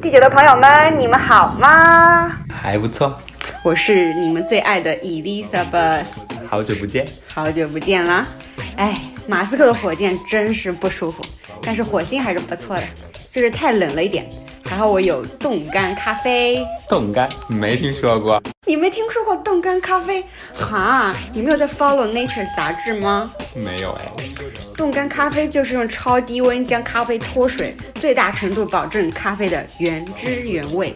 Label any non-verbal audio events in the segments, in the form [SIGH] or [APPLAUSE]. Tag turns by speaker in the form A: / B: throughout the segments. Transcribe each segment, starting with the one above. A: 第九的朋友们，你们好吗？
B: 还不错，
C: 我是你们最爱的 Elizabeth，
B: 好久不见。
C: 好久不见啦！哎，马斯克的火箭真是不舒服，但是火星还是不错的，就是太冷了一点。还好我有冻干咖啡。
B: 冻干没听说过，
C: 你没听说过冻干咖啡？哈，你没有在 follow Nature 杂志吗？
B: 没有哎。
C: 冻干咖啡就是用超低温将咖啡脱水，最大程度保证咖啡的原汁原味。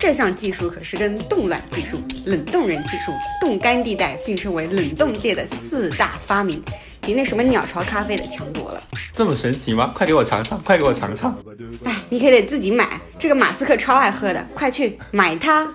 C: 这项技术可是跟冻卵技术、冷冻人技术、冻干地带并称为冷冻界的四大发明，比那什么鸟巢咖啡的强多了。
B: 这么神奇吗？快给我尝尝，快给我尝尝。
C: 哎，你可得自己买，这个马斯克超爱喝的，快去买它。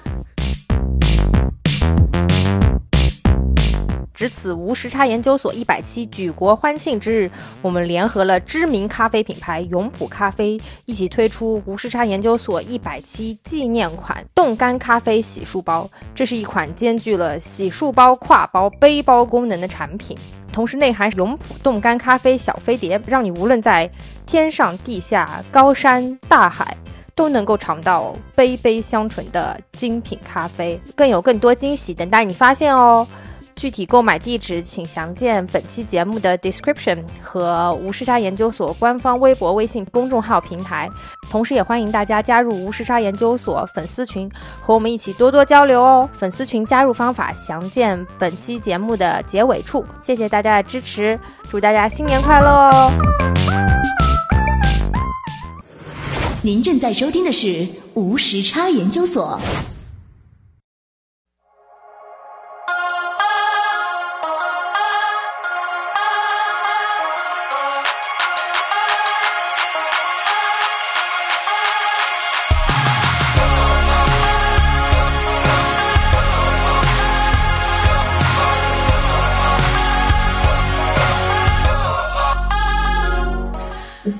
D: 值此无时差研究所一百期举国欢庆之日，我们联合了知名咖啡品牌永璞咖啡，一起推出无时差研究所一百期纪念款冻干咖啡洗漱包。这是一款兼具了洗漱包、挎包、背包功能的产品，同时内含永璞冻干咖啡小飞碟，让你无论在天上、地下、高山、大海。都能够尝到杯杯香醇的精品咖啡，更有更多惊喜等待你发现哦！具体购买地址请详见本期节目的 description 和无时差研究所官方微博、微信公众号平台。同时，也欢迎大家加入无时差研究所粉丝群，和我们一起多多交流哦。粉丝群加入方法详见本期节目的结尾处。谢谢大家的支持，祝大家新年快乐哦！
E: 您正在收听的是无时差研究所。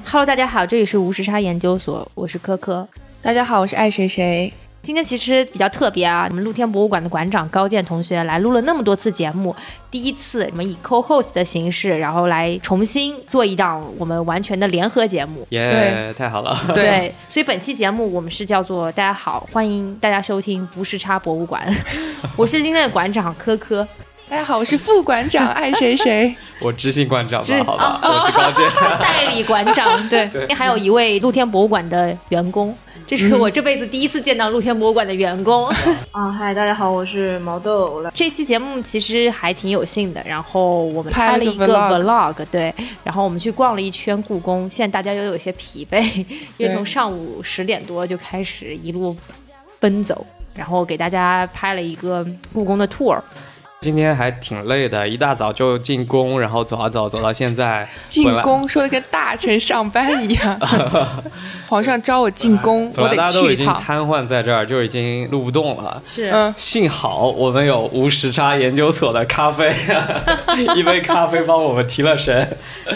D: Hello，大家好，这里是无时差研究所，我是科科。
F: 大家好，我是爱谁谁。
D: 今天其实比较特别啊，我们露天博物馆的馆长高健同学来录了那么多次节目，第一次我们以 co-host 的形式，然后来重新做一档我们完全的联合节目。
G: 耶、
F: 对
G: 太好了！
F: 对
D: 所以本期节目我们是叫做“大家好，欢迎大家收听不时差博物馆”， [LAUGHS] 我是今天的馆长科科。
F: 大家好，我是副馆长爱谁谁。
G: [LAUGHS]
F: 哦
G: 我知信馆长
D: 知
G: 吧，好吧，我是高健。
D: 哦代理馆
G: [LAUGHS]
D: 长，对，
G: 对
D: 还有一位露天博物馆的员工，这是我这辈子第一次见到露天博物馆的员工。
H: 嗯
G: 嗯
H: [LAUGHS] 啊，嗨，大家好，我是毛豆欧了。
D: 这期节目其实还挺有幸的，然后我们
F: 拍
D: 拍
F: 了
D: 了一
F: 个
D: 个 vlog，对，然后我们去逛了一圈故宫，现在大家又有些疲惫，因为
F: 对
D: 从上午十点多就开始一路奔走，然后给大家拍了一个故宫的 tour，
G: 今天还挺累的，一大早就进宫，然后走啊走，走到现在。
F: 进
G: 本来，
F: 宫说的跟大臣上班
G: [LAUGHS]
F: 一样，皇上召我进宫，
G: 本
F: 我
G: 来大
F: 得
G: 家都
F: 去
G: 已
F: 一
G: 经
F: 趟。
G: 瘫痪在这儿，就已经录不动了。
D: 是
F: 嗯，
G: 幸好我们有无时差研究所的咖啡， [LAUGHS] 一杯咖啡帮我们提了神。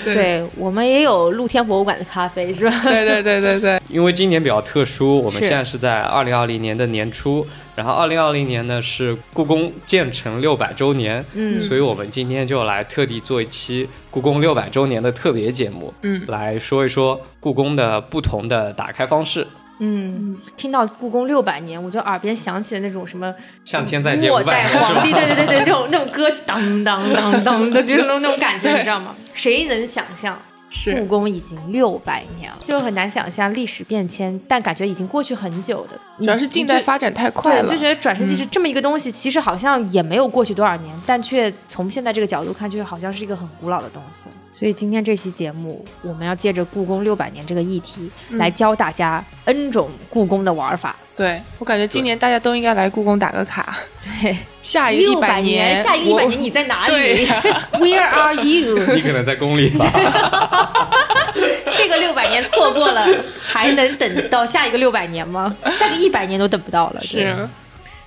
D: 对我们也有露天博物馆的咖啡是吧？
F: 对对对
D: [LAUGHS]
F: 对对，
G: 因为今年比较特殊，我们
D: 是
G: 现在是在二零二零年的年初，然后二零二零年呢是故宫建成六百周年，
D: 嗯
G: 所以我们今天就来特地做一期故宫六百周年的特别节目，
F: 嗯
G: 来说一说故宫的不同的打开方式。
D: 嗯，听到故宫六百年，我就耳边响起了那种什么
G: 上天再见
D: 末
G: 五百
D: 代
G: 年是
D: 皇
G: 吧
D: 帝，？对对对对，这种那种歌曲当当当当的，就是那种感觉，你知道吗？谁能想象故
F: 是
D: 宫已经六百年了，就很难想象历史变迁，但感觉已经过去很久的。
F: 主要是近代发展太快
D: 对，
F: 了嗯
D: 就觉。得转瞬即逝这么一个东西，其实好像也没有过去多少年，但却从现在这个角度看，却好像是一个很古老的东西。所以今天这期节目，我们要借着故宫六百年这个议题，
F: 嗯
D: 来教大家 N 种故宫的玩法。
F: 对我感觉今年大家都应该来故宫打个卡。
D: 对，
F: 下一个
D: 六
F: 一百
D: 百年，下一个一
F: 我
D: 百年你在哪
F: 对
D: 里 [LAUGHS] ？Where are you？
G: [LAUGHS] 你可能在宫里吧，
D: [LAUGHS] 这个六百年错过了，还能等到下一个六百年吗？下个一百年都等不到了。对
F: 是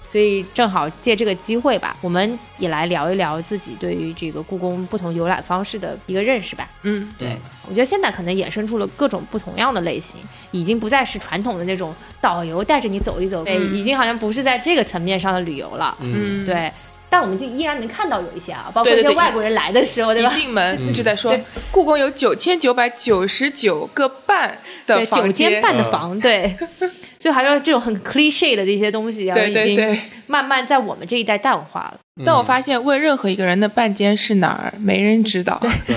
D: 所以正好借这个机会吧，我们也来聊一聊自己对于这个故宫不同游览方式的一个认识吧。
F: 嗯，
G: 对，
D: 我觉得现在可能衍生出了各种不同样的类型，已经不再是传统的那种导游带着你走一走，对，已经好像不是在这个层面上的旅游了。
G: 嗯，
F: 嗯，
D: 对，但我们就依然能看到有一些啊，包括
F: 对
D: 一
F: 对
D: 些
F: 对
D: 外国人来的时候，对
F: 一
D: 吧？
F: 进门就在说
D: 对
F: 故宫有九千九百九十九个半的
D: 对，
F: 房
D: 九
F: 间嗯
D: 间，半的房，对。 [LAUGHS] 就还有这种很 cliche 的这些东西，然后
F: 对
D: 已
F: 对
D: 经
F: 对。
D: 慢慢在我们这一代淡化了。
G: 嗯
F: 但我发现问任何一个人的半间是哪儿，没人知道。
G: 对，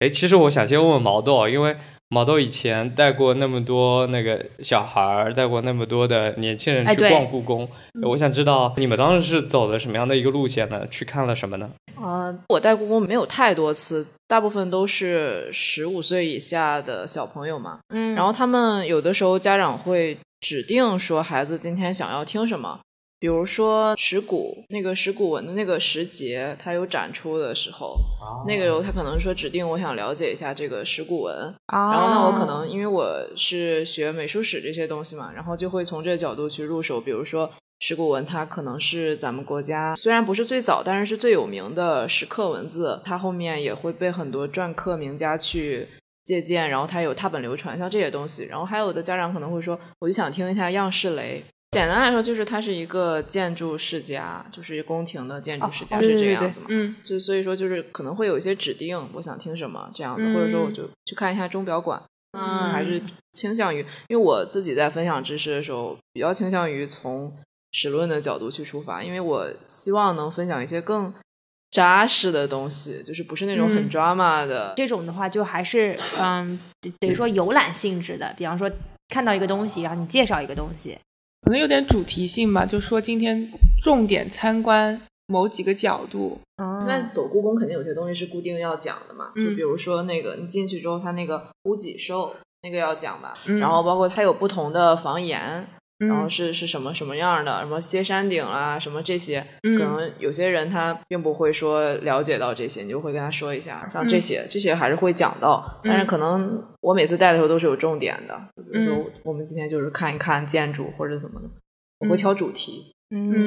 G: 哎，其实我想先问问毛豆，啊因为毛豆以前带过那么多那个小孩儿，带过那么多的年轻人
D: 哎
G: 去
D: 对嗯
G: 逛故宫，我想知道你们当时是走的什么样的一个路线呢？去看了什么呢？
I: 呃，我带故宫没有太多次，大部分都是十五岁以下的小朋友嘛。
D: 嗯
I: 然后他们有的时候家长会指定说孩子今天想要听什么，比如说石鼓那个石鼓文的那个时节，它有展出的时候，那个时候他可能说指定我想了解一下这个石鼓文，然后呢
D: 哦
I: 我可能因为我是学美术史这些东西嘛，然后就会从这个角度去入手，比如说。石鼓文它可能是咱们国家虽然不是最早，但是是最有名的石刻文字，它后面也会被很多篆刻名家去借鉴，然后它有拓本流传，像这些东西。然后还有的家长可能会说，我就想听一下样式雷。简单来说，就是他是一个建筑世家，就是宫廷的建筑世家是这样子嘛。
F: 嗯，
I: 就所以说，就是可能会有一些指定，我想听什么这样子，
F: 嗯
I: 或者说我就去看一下钟表馆，
D: 嗯
I: 还是倾向于，因为我自己在分享知识的时候，比较倾向于从史论的角度去出发，因为我希望能分享一些更扎实的东西，就是不是那种很
D: 嗯
I: drama 的。
D: 这种的话，就还是
G: [SNIFFS]
D: 嗯，得得说游览性质的，比方说看到一个东西，然后你介绍一个东西，
F: 可能有点主题性吧，就说今天重点参观某几个角度。
G: 哦
I: 那走故宫肯定有些东西是固定要讲的嘛，
F: 嗯
I: 就比如说那个你进去之后，它那个乌脊兽那个要讲吧，
F: 嗯
I: 然后包括它有不同的房檐，
F: 嗯
I: 然后是是什么什么样的，什么歇山顶啊，什么这些，
F: 嗯
I: 可能有些人他并不会说了解到这些，你就会跟他说一下，像
F: 嗯
I: 这些、这些还是会讲到，但是可能我每次带的时候都是有重点的，比如
F: 嗯
I: 说我们今天就是看一看建筑或者怎么的，我会挑主题，
F: 嗯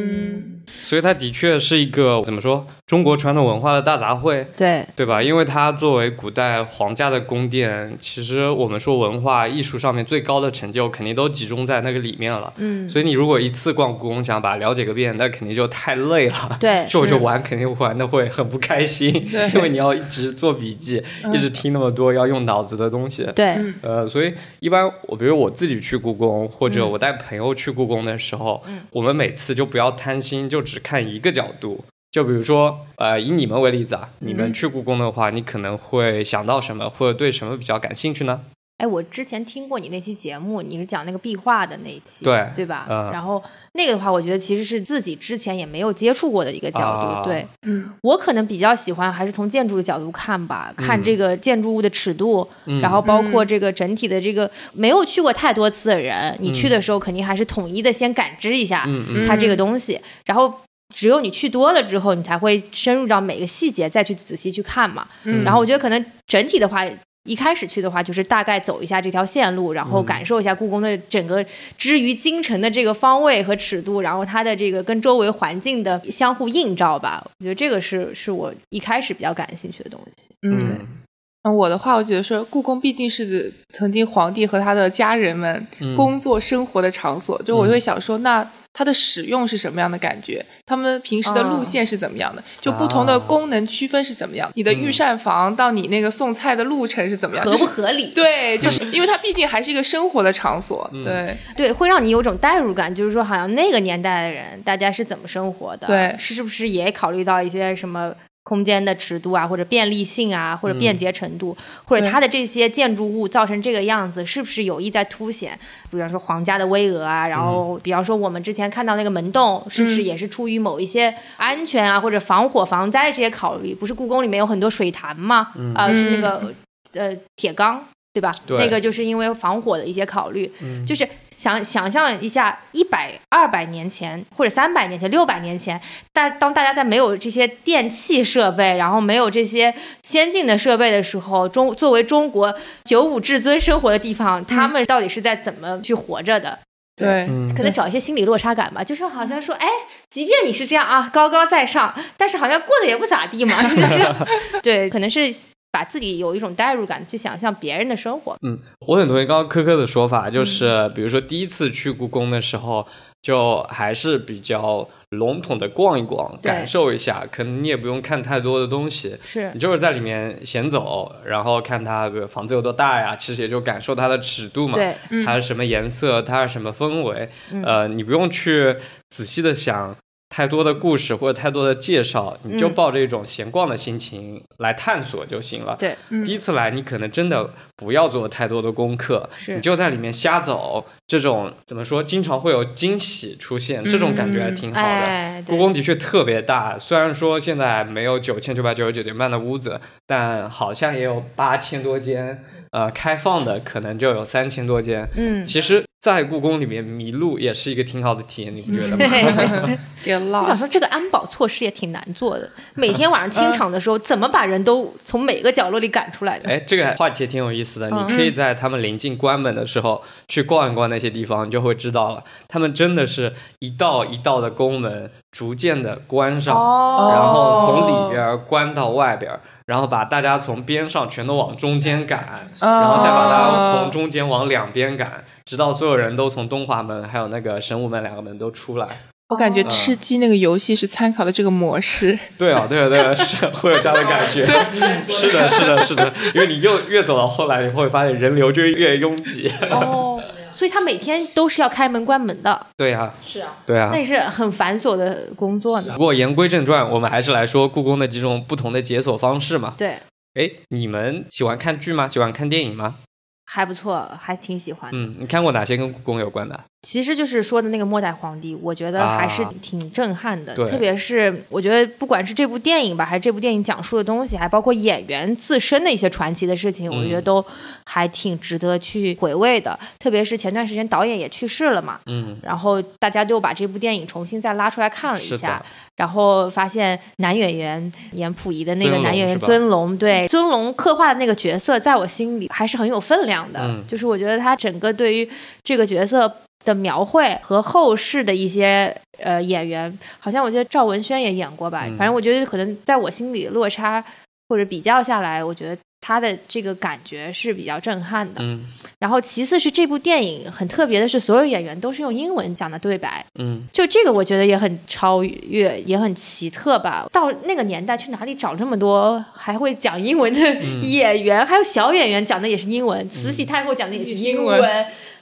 G: 所以它的确是一个怎么说中国传统文化的大杂烩，
D: 对，
G: 对吧？因为它作为古代皇家的宫殿，其实我们说文化艺术上面最高的成就，肯定都集中在那个里面了。
D: 嗯，
G: 所以你如果一次逛故宫想把它了解个遍，那肯定就太累了。
D: 对
G: 就我就是玩肯定玩的会很不开心，
F: 对
G: 因为你要一直做笔记，一直听那么多要用脑子的东西。
D: 对，
F: 嗯
G: 呃，所以一般我比如我自己去故宫，或者我带朋友去故宫的时候，
I: 嗯
G: 我们每次就不要贪心，就只看一个角度。就比如说，呃，以你们为例子啊，你
F: 嗯
G: 们去故宫的话，你可能会想到什么，或者对什么比较感兴趣呢？
D: 哎，我之前听过你那期节目，你是讲那个壁画的那一期，
G: 对
D: 对吧？
G: 嗯
D: 然后那个的话，我觉得其实是自己之前也没有接触过的一个角度。
G: 啊
D: 对
F: 嗯
D: 我可能比较喜欢还是从建筑的角度看吧，看
G: 嗯
D: 这个建筑物的尺度，
G: 嗯
D: 然后包括这个整体的这个没有去过太多次的人，你去的时候肯定还是统一的先感知一下
G: 嗯嗯
D: 它这个东西，然后。只有你去多了之后，你才会深入到每个细节，再去仔细去看嘛。
F: 嗯
D: 然后我觉得可能整体的话，一开始去的话就是大概走一下这条线路，然后感受一下故宫的整个之于京城的这个方位和尺度，然后它的这个跟周围环境的相互映照吧。我觉得这个是是我一开始比较感兴趣的东西。
F: 嗯。嗯，我的话，我觉得说，故宫毕竟是曾经皇帝和他的家人们
G: 嗯
F: 工作生活的场所，
I: 嗯
F: 就我就会想说，那它的使用是什么样的感觉？他们平时的
I: 啊
F: 路线是怎么样的？就不同的功能区分是怎么样？你的
I: 嗯
F: 御膳房到你那个送菜的路程是怎么样？
D: 合
F: 啊就
D: 不
F: 是
D: 合理？
F: 对，就是
G: 嗯
F: 因为它毕竟还是一个生活的场所，对，
D: 对，会让你有种代入感，就是说好像那个年代的人大家是怎么生活的，
F: 对
D: 是是不是也考虑到一些什么？空间的尺度啊，或者便利性啊，或者
F: 嗯
D: 便捷程度，或者它的这些建筑物造成这个样子，是不是有意在凸显？比方说皇家的巍峨啊，然后比方说我们之前看到那个门洞，是不是
F: 嗯
D: 也是出于某一些安全啊，或者防火防灾的这些考虑？不是故宫里面有很多水潭吗？
F: 嗯
D: 啊、是那个呃铁缸对吧？
G: 对
D: 那个就是因为防火的一些考虑，就是想想象一下，一百、二百年前或者三百年前、六百年前，大当大家在没有这些电器设备，然后没有这些先进的设备的时候，中作为中国九五至尊生活的地方，他们到底是在怎么去活着的？
F: 对，
G: 嗯
D: 可能找一些心理落差感吧，就是好像说，哎，即便你是这样啊，高高在上，但是好像过得也不咋地嘛， [LAUGHS] 就是对，可能是把自己有一种代入感去想象别人的生活。
G: 嗯，我很同意刚刚科科的说法，就是比如说第一次去故宫的时候，就还是比较笼统的逛一逛，
D: 对
G: 感受一下，可能你也不用看太多的东西，
D: 是
G: 你就是在里面闲走，然后看它比如房子有多大呀，其实也就感受它的尺度嘛，
D: 对，
G: 它是什么颜色，它是什么氛围，
D: 嗯
G: 呃，你不用去仔细的想太多的故事或者太多的介绍，你就
D: 嗯
G: 抱着一种闲逛的心情来探索就行了。
D: 对，
F: 嗯
G: 第一次来，你可能真的不要做太多的功课，
D: 是
G: 你就在里面瞎走。这种怎么说，经常会有惊喜出现，这种感觉还挺好的。
D: 哎，
G: 故
D: 对，
G: 宫的确特别大，虽然说现在没有九千九百九十九间半的屋子，但好像也有八千多间，呃，开放的可能就有三千多间。
D: 嗯，
G: 其实，在故宫里面迷路也是一个挺好的体验，你不觉
D: [LAUGHS]
G: 得吗？
F: get
D: 我想
F: lost，
D: 说，这个安保措施也挺难做的。每天晚上
G: 嗯
D: 清场的时候，怎么把人都从每个角落里赶出来的？
G: 哎，这个话题也挺有意思的。你可以在他们临近关门的时候去逛一逛那些地方，你就会知道了。他们真的是一道一道的宫门逐渐的关上，然后从里边儿关到外边儿，然后把大家从边上全都往中间赶，然后再把大家从中间往两边赶，直到所有人都从东华门还有那个神武门两个门都出来。
F: 我感
G: 呃
F: 觉吃鸡那个游戏是参考了这个模式，
G: 对啊，对啊，对啊，是会有这样的感 [LAUGHS] 觉，是 [LAUGHS] 的，是的，是的，因为你又越走到后来，你会发现人流就越拥挤。
D: 哦，所以他每天都是要开门关门的，
G: 对啊，是啊，对啊
D: 那。也是很繁琐的工作呢
G: 不。过言归正传，我们还是来说故宫的几种不同的解锁方式嘛。
D: 对，
G: 哎，你们喜欢看剧吗？喜欢看电影吗？
D: 还不错，还挺喜欢的。
G: 嗯，你看过哪些跟故宫有关的？
D: 其实就是说的那个末代皇帝，我觉得还是
G: 啊
D: 挺震撼的。
G: 对
D: 特别是我觉得，不管是这部电影吧，还是这部电影讲述的东西，还包括演员自身的一些传奇的事情，我觉
G: 嗯
D: 得都还挺值得去回味的。特别是前段时间导演也去世了嘛，
G: 嗯，
D: 然后大家就把这部电影重新再拉出来看了一
G: 是
D: 下
G: 的，，
D: 然后发现男演员演溥仪的那个
G: 尊龙
D: 男演员
G: 是吧
D: 尊龙，对尊龙刻画的那个角色，在我心里还是很有分量的。
G: 嗯
D: 就是我觉得他整个对于这个角色的描绘和后世的一些呃演员，好像我记得赵文轩也演过吧，
G: 嗯
D: 反正我觉得可能在我心里落差或者比较下来，我觉得他的这个感觉是比较震撼的。
G: 嗯
D: 然后其次是这部电影很特别的是，所有演员都是用英文讲的对白，
G: 嗯，
D: 就这个，我觉得也很超越，也很奇特吧。到那个年代，去哪里找这么多还会讲英文的演员？还有小演员讲的也是英文，慈禧太后讲的也是英
F: 英
D: 文。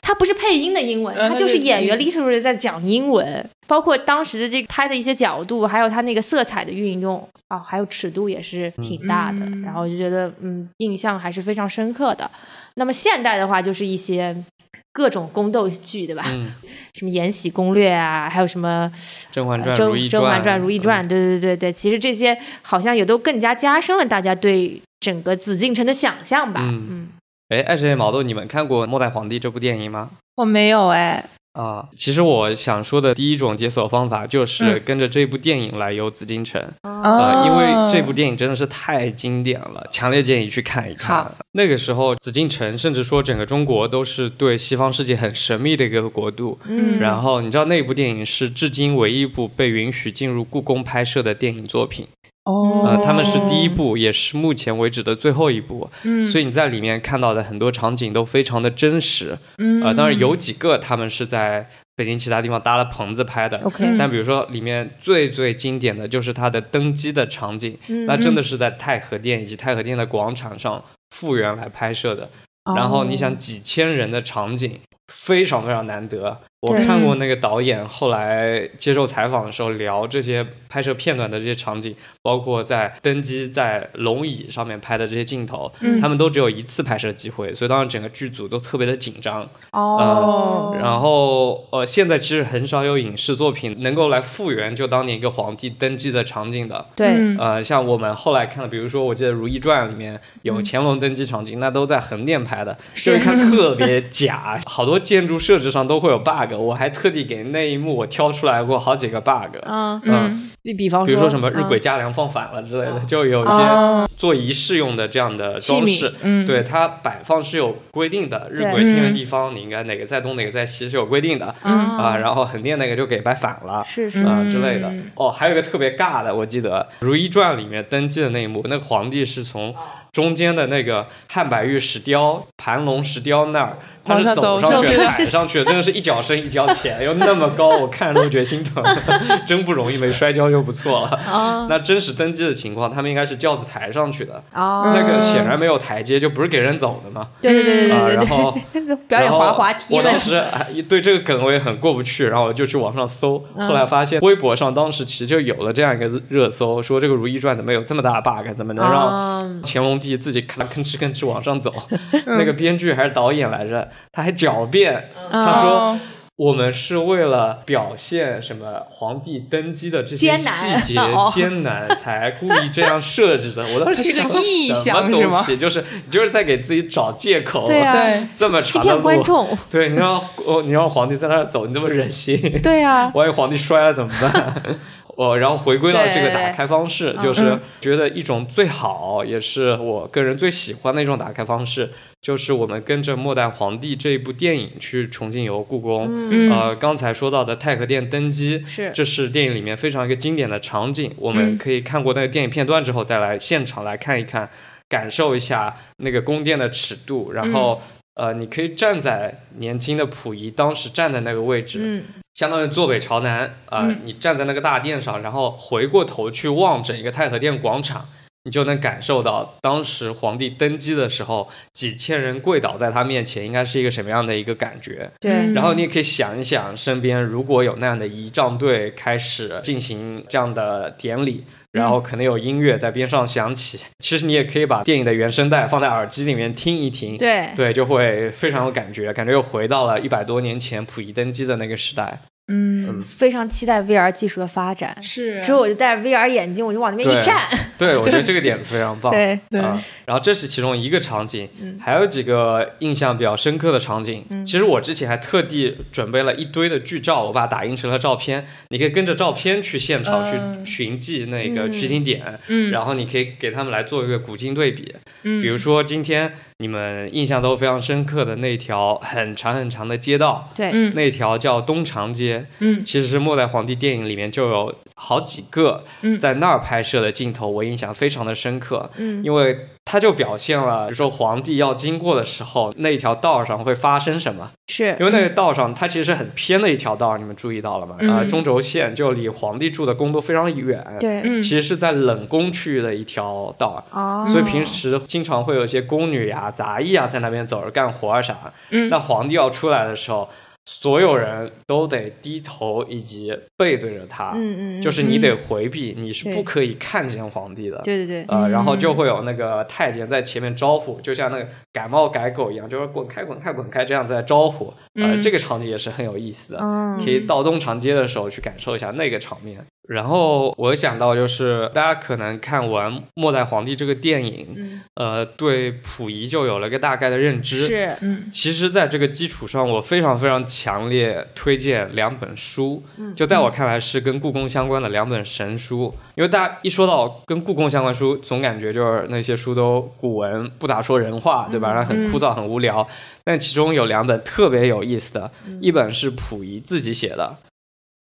D: 他不是配音的英文，
F: 嗯
D: 他就是演员
F: 它
D: literally 在讲英文，包括当时的这个拍的一些角度，还有他那个色彩的运用啊、还有尺度也是挺大的。
F: 嗯
D: 然后就觉得嗯，印象还是非常深刻的。那么现代的话，就是一些各种宫斗剧，对吧？
G: 嗯
D: 什么《延禧攻略》啊，还有什么
G: 《甄嬛
D: 呃
G: 传》《
D: 甄
G: 如懿
D: 甄嬛传》《
G: 传》嗯
D: 如懿传》，对对对对，其实这些好像也都更加加深了大家对整个紫禁城的想象吧。
G: 嗯
D: 嗯，
G: 哎，爱谁毛豆，你们看过《末代皇帝》这部电影吗？
F: 我没有哎，
G: 啊，其实我想说的第一种解锁方法就是跟着这部电影来游紫禁城。
F: 啊
D: 哦
G: 呃，因为这部电影真的是太经典了，强烈建议去看一看
F: 好。
G: 那个时候，紫禁城甚至说整个中国都是对西方世界很神秘的一个国度。
D: 嗯
G: 然后你知道那部电影是至今唯一一部被允许进入故宫拍摄的电影作品，呃，
F: 哦，
G: 他们是第一部，也是目前为止的最后一部，
F: 嗯，
G: 所
F: 以
G: 以你在里面看到的很多场景都非常的真实，呃，当然有几个他们是在北京其他地方搭了棚子拍的，
F: 嗯
D: OK
G: 但比如说里面最最经典的就是它的登基的场景，那真的是在太和殿以及太和殿的广场上复原来拍摄的。然后你想几千人的场景，非常非常难得。我
D: 对
G: 看过那个导演后来接受采访的时候聊这些拍摄片段的这些场景，包括在登基在龙椅上面拍的这些镜头，
D: 嗯
G: 他们都只有一次拍摄机会，所以当时整个剧组都特别的紧张。啊呃
D: 哦，
G: 然后呃，现在其实很少有影视作品能够来复原就当年一个皇帝登基的场景的。
F: 嗯
D: 对，
G: 呃，像我们后来看的，比如说我记得《如懿传》里面有乾隆登基场景，那都在横店拍的，就是它特别假， [LAUGHS] 好多建筑设置上都会有 bug。我还特地给那一幕我挑出来过好几个 bug。
D: 嗯，
G: 嗯，
D: 比比方
G: 比如说什么日晷
D: 嗯
G: 加梁放反了之类的，就有一些做仪式用的这样的装饰
F: 器皿，嗯
G: 对它摆放是有规定的，日晷
D: 对
G: 天圆地方，你应该哪个在东哪个在西是有规定的
D: 嗯
G: 啊，然后横店那个就给摆反了。
D: 是是，
G: 啊、之类的哦，还有一个特别尬的，我记得《如懿传》里面登基的那一幕，那个皇帝是从中间的那个汉白玉石雕、盘龙石雕那儿他是
F: 往上
G: 走
F: 走
G: 上去
F: 上去
G: 踩上去，真的是一脚深一脚浅，又那么高，我看着都觉得心疼， [LAUGHS] 真不容易，没摔跤就不错了。 [LAUGHS] 那真实登机的情况，他们应该是轿子抬上去的，
D: 哦，
G: 那个显然没有台阶，就不是给人走的嘛。
D: 对对对嗯
G: 啊，
D: 对
G: 然
D: 对
G: 后
D: 对， [LAUGHS] 表演
G: 然后
D: 滑滑梯
G: 我
D: 的
G: 当，时哎对这个梗我也很过不去，然后我就去网上搜，
D: 嗯
G: 后来发现微博上当时其实就有了这样一个热搜，说这个《如懿传》怎么有这么大的 bug，怎么能
D: 哦
G: 让乾隆帝自己咔吭哧吭哧往上
D: [LAUGHS]
G: 走？那个编剧还是导演来着，他还狡辩，
D: 嗯
G: 他说
F: 哦。
G: 我们是为了表现什么皇帝登基的这些
D: 艰难
G: 细节
D: 哦
G: 艰难，才故意这样设置的。我的
F: 是个
G: 什
F: 臆想
G: 么
F: 是
G: 东
F: 吗
G: 西，就是你就是在给自己找借口。
D: 对啊
F: 对，
G: 这么
D: 欺
G: 长的
D: 骗
G: 路，
D: 观众，
G: 对，你让哦，你让皇帝在那儿走，你这么忍心？
D: 对啊，
G: 万一皇帝摔了怎么办？我然后回归到这
D: 对
G: 个
D: 对
G: 打
D: 对
G: 开方式，就
F: 嗯
G: 是觉得一种最好，也是我个人最喜欢的一种打开方式，就是我们跟着《末代皇帝》这一部电影去重庆游故宫。
F: 嗯
G: 呃，刚才说到的太和殿登基，
D: 是
G: 这是电影里面非常一个经典的场景。我们
F: 嗯
G: 可以看过那个电影片段之后，再来现场来看一看，感受一下那个宫殿的尺度。然后，呃，你可以站在年轻的溥仪当时站在那个位置，
D: 嗯，
G: 相当于坐北朝南啊、呃
F: 嗯
G: 你站在那个大殿上，然后回过头去望整个太和殿广场，你就能感受到当时皇帝登基的时候，几千人跪倒在他面前，应该是一个什么样的一个感觉。
D: 对，
G: 然后你也可以想一想，身边如果有那样的仪仗队开始进行这样的典礼，然后可能有音乐在边上响起，其实你也可以把电影的原声带放在耳机里面听一听，
D: 对，
G: 对，就会非常有感觉，感觉又回到了一百多年前溥仪登基的那个时代。
F: 嗯，
D: 非常期待 VR 技术的发展。
F: 是
D: 之后我就戴着 VR 眼镜，我就往那边一
G: 对
D: 站，
F: [LAUGHS]
G: 对，我觉得这个点子非常棒。
D: 对，
F: 对嗯
G: 啊然后这是其中一个场景，还有几个印象比较深刻的场景。其实我之前还特地准备了一堆的剧照，我把它打印成了照片，你可以跟着照片去现场
F: 嗯
G: 去寻迹那个取景点，
F: 嗯
G: 然后你可以给他们来做一个古今对比。
F: 嗯
G: 比如说今天你们印象都非常深刻的那条很长很长的街道，
D: 对
F: 嗯
G: 那条叫东长街，
F: 嗯
G: 其实是《末代皇帝》电影里面就有好几个
F: 嗯
G: 在那儿拍摄的镜头，我印象非常的深刻，
D: 嗯
G: 因为它就表现了，比如说皇帝要经过的时候，那条道上会发生什么，
D: 是
G: 因为那个道上它其实是很偏的一条道，你们注意到了吗？
F: 嗯
G: 啊，中轴线就离皇帝住的宫都非常远，，
D: 对
F: 嗯
G: 其实是在冷宫区域的一条道。
D: 哦，
G: 所以平时经常会有一些宫女呀、杂役啊在那边走着干活啊啥，
F: 嗯
G: 那皇帝要出来的时候，所有人都得低头以及背对着他，
D: 嗯嗯嗯
G: 就是你得回避，你是
D: 对
G: 不可以看见皇帝的。
D: 对对对，
G: 呃，然后就会有那个太监在前面招呼，就像那个赶猫赶狗一样，就是滚开滚开滚开这样在招呼。呃，
F: 嗯
G: 这个场景也是很有意思的。
D: 嗯
G: 可以到东长街的时候去感受一下那个场面。然后我想到就是，大家可能看完《末代皇帝》这个电影，呃，对溥仪就有了个大概的认知。
D: 嗯是
F: 嗯
G: 其实，在这个基础上，我非常非常强烈推荐两本书，
D: 嗯
G: 就在我看来是跟故宫相关的两本神书。因为大家一说到跟故宫相关书，总感觉就是那些书都古文不咋说人话，
D: 嗯
G: 对吧？然后很枯燥、很无聊。但其中有两本特别有意思的，一本是溥仪自己写
D: 嗯
G: 的，
D: 哦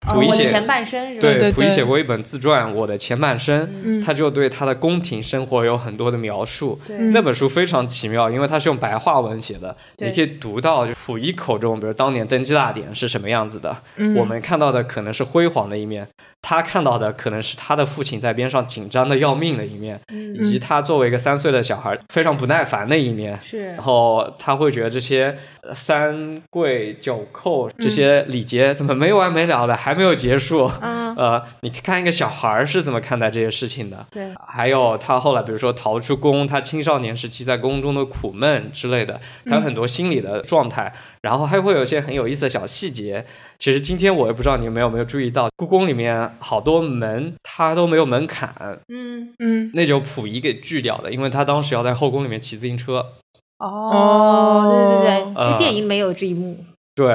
G: 溥仪
D: 我的
G: 写
D: 前半生是吧？
F: 对对
G: 溥仪
F: 对
G: 写过一本自传《我的前半生》，
F: 嗯
G: 他就对他的宫廷生活有很多的描述。
F: 嗯
D: 对
G: 那本书非常奇妙，因为它是用白话文写的，
D: 对
G: 你可以读到溥仪口中，比如当年登基大典是什么样子的。
F: 嗯
G: 我们看到的可能是辉煌的一面，他看到的可能是他的父亲在边上紧张的要命的一面，
D: 嗯
G: 以及他作为一个三岁的小孩非常不耐烦的一面。
D: 是
G: 然后他会觉得这些呃三跪九叩这些礼节怎么没完没了的，还没有结束。
D: 嗯
G: 呃，你看一个小孩儿是怎么看待这些事情的？
D: 对，
G: 还有他后来比如说逃出宫，他青少年时期在宫中的苦闷之类的，还有很多心理的状态，然后还会有一些很有意思的小细节。其实今天我也不知道你们有没有注意到，故宫里面好多门它都没有门槛，
D: 嗯
F: 嗯
G: 那就溥仪给拒掉的，因为他当时要在后宫里面骑自行车。
D: 哦，对对对，
G: 呃
D: 那电影里没有这一幕。
G: 对，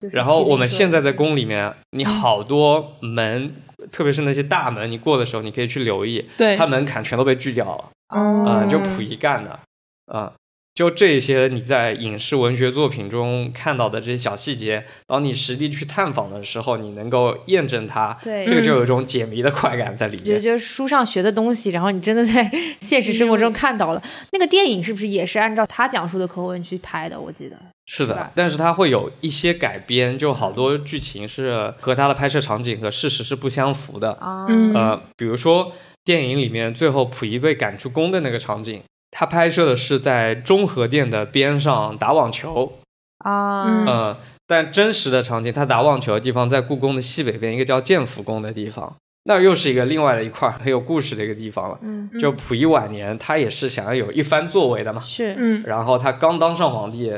D: 就是
G: 然后我们
D: 骑自
G: 现
D: 行车
G: 在在宫里面，你好多门，特别是那些大门，你过的时候你可以去留意，
F: 对
G: 它门槛全都被锯掉了，啊、
F: 啊
G: 就溥仪干的，啊、就这些你在影视文学作品中看到的这些小细节，当你实地去探访的时候，你能够验证它，
D: 对
G: 这个就有一种解谜的快感在里
D: 就
G: 面。
D: 就是书上学的东西，然后你真的在 [LAUGHS] 嗯现实生活中看到了。那个电影是不是也是按照他讲述的口吻去拍的？我记得
G: 是
D: 对
G: 的
D: 吧，
G: 但是它会有一些改编，就好多剧情是和它的拍摄场景和事实是不相符的。
I: 啊，
F: 嗯
G: 呃，比如说电影里面最后溥仪被赶出宫的那个场景，它拍摄的是在中和殿的边上打网球，
D: 啊，
F: 嗯
G: 呃，但真实的场景，他打网球的地方在故宫的西北边一个叫建福宫的地方，那又是一个另外的一块儿很有故事的一个地方了。
D: 嗯，
G: 就溥仪晚年，他也是想要有一番作为的嘛，
D: 是，
F: 嗯
G: 然后他刚当上皇帝，